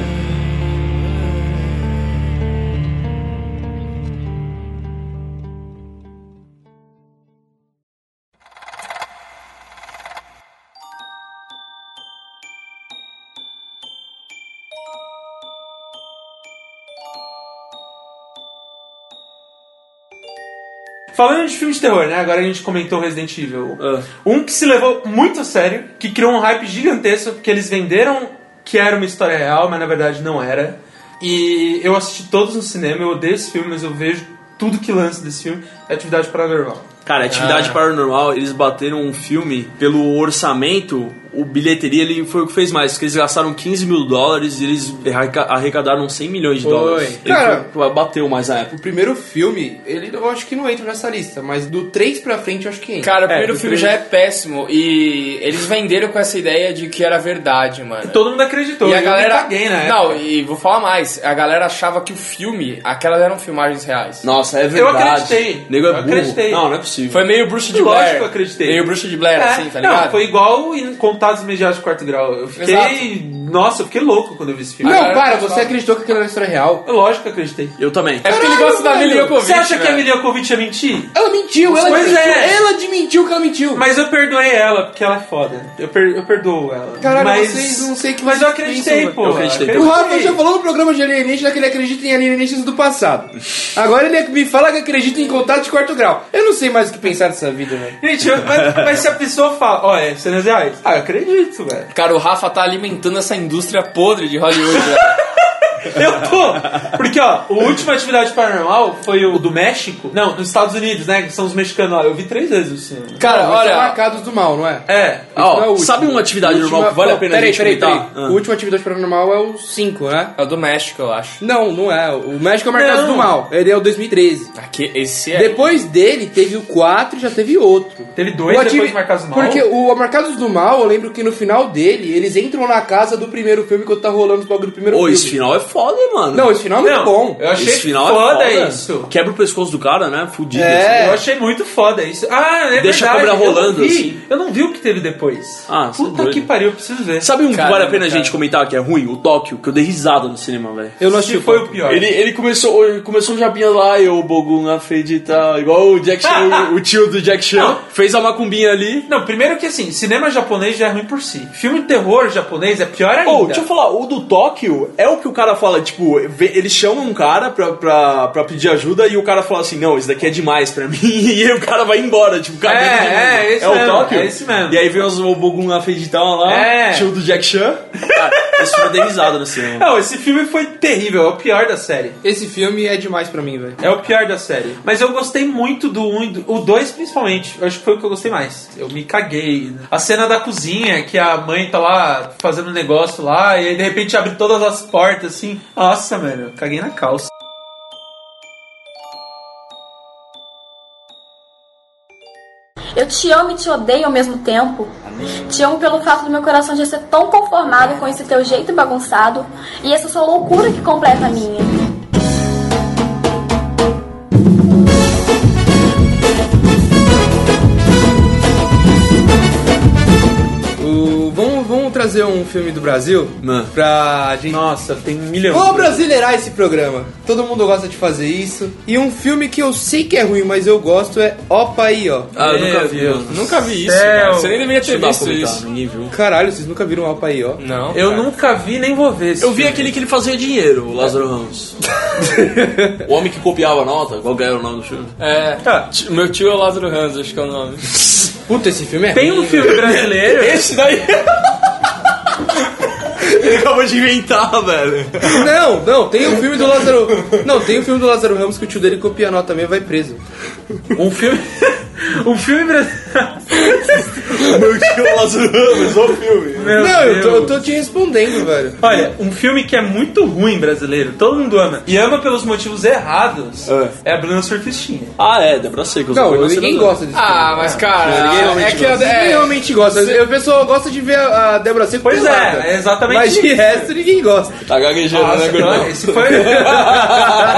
B: Falando de filme de terror, né? Agora a gente comentou Resident Evil.
G: Ah.
B: Um que se levou muito a sério, que criou um hype gigantesco, porque eles venderam que era uma história real, mas na verdade não era. E eu assisti todos no cinema, eu odeio esse filme, mas eu vejo tudo que lança desse filme é atividade paranormal.
G: Cara, Atividade Paranormal, eles bateram um filme pelo orçamento, o bilheteria ele foi o que fez mais, porque eles gastaram 15 mil dólares e eles arreca- arrecadaram 100 milhões de dólares. Ele
A: Cara.
G: foi- bateu mais na época.
A: O primeiro filme, ele eu acho que não entra nessa lista, mas do 3 pra frente eu acho que entra.
D: Cara, o primeiro
G: do
D: filme já é péssimo. E eles venderam com essa ideia de que era verdade, mano.
B: Todo mundo acreditou,
D: E a
B: Então, eu
D: galera.
B: me caguei na época.
D: Não, e vou falar mais. A galera achava que o filme, aquelas eram filmagens reais.
G: Nossa, é verdade.
B: acreditei.
G: Nego é
B: Eu
G: burro.
B: acreditei.
G: Não, não é possível.
D: Foi meio bruxo de
B: Lógico
D: Blair.
B: que eu acreditei.
D: Meio bruxo de Blair, assim, tá
B: É, não,
D: ligado?
B: foi igual em Contatos Imediatos de Quarto Grau. Eu fiquei. Nossa, eu fiquei louco quando eu vi esse filme.
A: Não,
D: Agora
A: para,
D: eu posso
A: você
D: falar.
A: acreditou que aquilo era uma história real?
B: Eu, Lógico que eu acreditei.
G: Eu também.
D: É porque ele gosta da né? Mila Jovovich,
B: Você acha que é a
D: velho.
B: Emilia Kovic ia mentir?
A: Ela mentiu, ela
B: Pois
A: admitiu,
B: é.
A: ela admitiu que ela mentiu.
B: Mas eu perdoei ela, porque ela é foda. Eu, per- eu perdoo ela.
A: Caralho,
B: mas...
A: vocês não sei o que
B: Mas eu
A: vocês
B: acreditei,
A: pensam,
B: pô.
G: eu acreditei
A: O Rafa já falou no programa de alienígena que ele acredita em alienígenas do passado. Agora ele me fala que acredita em contato de quarto grau. Eu não sei mais o que pensar dessa vida, velho.
B: Gente, eu- mas, mas se a pessoa fala, ó, é cenas reais. Ah, eu acredito, velho.
D: Cara, o Rafa tá alimentando essa indústria podre de Hollywood. né? velho.
B: Eu tô! Porque, ó, a última atividade paranormal foi o do México. Não, nos Estados Unidos, né? Que são os mexicanos. Ó, eu vi três vezes o cinema.
D: Cara,
A: Mas são
D: olha.
A: marcados do mal, não é?
B: É.
G: Ó,
A: é o último.
G: sabe uma atividade
A: Última-
G: normal que vale a
A: Pô,
G: pena a
A: Peraí,
G: gente
A: peraí, peraí.
G: comentar? Ah.
A: O último atividade paranormal é o 5, né?
D: É o do México, eu acho.
A: Não, não é. O México é o Marcado
B: Não.
A: do Mal. Ele é o 2013.
D: Aqui, esse é.
A: Depois dele, teve o 4 e já teve outro.
B: Teve dois
A: O
B: depois
A: ativi-
B: do Marcados do Mal?
A: Porque o Marcados do Mal, eu lembro que no final dele, eles entram na casa do primeiro filme quando tá rolando os bagulho do primeiro
G: Ô,
A: filme.
G: esse final é foda, mano.
A: Não, esse final é muito bom.
B: Eu achei
G: esse final
B: foda,
G: é foda
B: isso.
G: Quebra o pescoço do cara, né? Fudido.
A: É.
B: Eu achei muito foda isso. Ah, é
G: Deixa a
B: verdade.
G: câmera rolando,
B: eu não vi,
G: assim.
B: Eu não vi o que teve depois.
G: Ah, você é
B: Puta
G: doido.
B: que pariu, eu preciso ver.
G: Sabe um que
D: Caramba,
G: vale a pena a
D: cara.
G: gente comentar que é ruim? O Tóquio, que eu dei risada no cinema, velho.
A: Eu não assisti.
B: Se foi o pior.
G: Ele, ele começou, ele começou um japinha lá, eu, Bogum, acredita, igual o Jack Chan, o tio do Jack Chan,
B: Não.
G: fez a macumbinha ali.
B: Não, primeiro que assim, cinema japonês já é ruim por si. Filme de terror japonês é pior ainda.
G: Ô, Oh, deixa eu falar, o do Tóquio é o que o cara fala, tipo, vê- ele chama um cara pra, pra, pra pedir ajuda e o cara fala assim, não, isso daqui é demais pra mim, e aí o cara vai embora, tipo, cara,
B: É,
G: não, não, não.
B: é, esse
G: o
B: mesmo,
G: Tóquio?
B: é esse mesmo.
G: E aí vem os, o Bogum acredita lá,
B: É.
G: tio do Jack Chan. Cara, esse filme eu dei risada no cinema.
B: Não, esse filme foi terrível, é o pior da série.
A: Esse filme é demais pra mim, velho.
B: É o pior da série. Mas eu gostei muito do 1 e do, o 2 principalmente. Eu acho que foi o que eu gostei mais. Eu me caguei. A cena da cozinha, que a mãe tá lá fazendo um negócio lá, e aí de repente abre todas as portas assim. Nossa, mano, eu caguei na calça.
L: Eu te amo e te odeio ao mesmo tempo. Te amo pelo fato do meu coração já ser tão conformado com esse teu jeito bagunçado e essa sua loucura que completa a minha.
A: O... Vamos, vamos trazer um filme do Brasil
G: Não.
A: pra gente.
B: Nossa, tem um milhão.
A: Vou brasileirar esse programa. Todo mundo gosta de fazer isso. E um filme que eu sei que é ruim, mas eu gosto é Opa aí, ó.
G: Ah, eu nunca
B: Meu
G: vi,
B: Deus.
G: mano.
D: Nunca vi isso,
B: Céu.
D: cara. Você nem deveria
G: Deixa
D: ter
G: eu dar pra
D: visto
G: comentar,
D: isso.
G: ninguém viu.
A: Caralho, vocês nunca viram Opa aí, ó.
D: Não.
B: Eu
D: cara.
B: nunca vi nem vou ver esse
G: Eu vi
B: filme.
G: aquele que ele fazia dinheiro, o Lázaro Ramos. O homem que copiava a nota, qual que era o nome do filme?
D: É. ti- Meu tio é o Lázaro Ramos, acho que é o nome.
A: Puta, esse filme é
B: Tem um filme brasileiro.
G: Esse daí! Ele acabou de inventar, velho.
A: Não, não, tem o filme do Lázaro. Não, tem o filme do Lázaro Ramos que o tio dele copia a nota também vai preso.
B: Um filme. Um filme brasileiro.
G: Meu tio é o Lázaro Ramos, olha o filme.
B: Meu
A: não, eu tô,
B: Deus.
A: eu tô te respondendo, velho.
B: Olha, um filme que é muito ruim brasileiro, todo mundo ama. E ama pelos motivos errados. É, a Bruna Surfistinha.
G: Ah, é, dá pra ser. que eu sou
A: Não,
G: conhecido
A: ninguém
G: do-
A: gosta desse filme.
D: Ah, mas cara,
G: Ninguém
D: é
G: realmente
D: que a-
G: gosta.
A: Ninguém
D: é,
A: realmente gosta. O pessoal gosta de ver a a Débora Seco
B: Pois
A: pelada.
B: é, é exatamente
A: Mas de
B: isso.
A: resto ninguém gosta.
G: Tá gaguejando, né,
B: Olha,
G: gordão?
B: esse foi.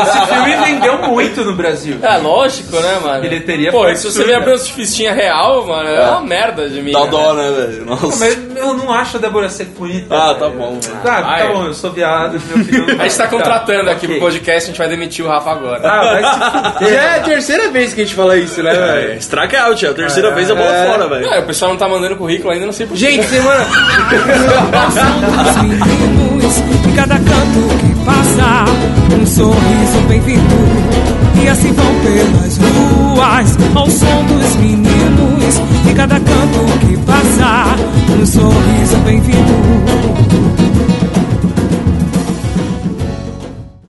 B: esse filme vendeu muito no Brasil.
D: é lógico, né, mano?
B: Ele teria
D: Pô,
B: foi
D: e se você vê a Branca de Fistinha real, mano, é uma merda de mim.
G: Dá dó, né, velho? Nossa.
B: Mas eu não acho a Débora Seco bonita.
G: Ah, tá
B: velho.
G: bom.
B: Ah, tá
D: Ai.
B: bom, eu sou viado, meu filho. não
D: A gente tá
B: gosta.
D: contratando aqui
B: ok.
D: pro podcast, a gente vai demitir o Rafa agora.
B: Ah, vai se
A: Já é a terceira vez que a gente fala isso, né, velho?
G: É, strike out, é a terceira vez a bola
A: É.
G: fora, velho.
D: Ah, o pessoal não tá mandando currículo ainda, não sei porquê.
A: Gente, semana.
E: meninos em cada canto que passa um sorriso bem-vindo e assim vão pelas ruas ao som dos meninos em cada canto que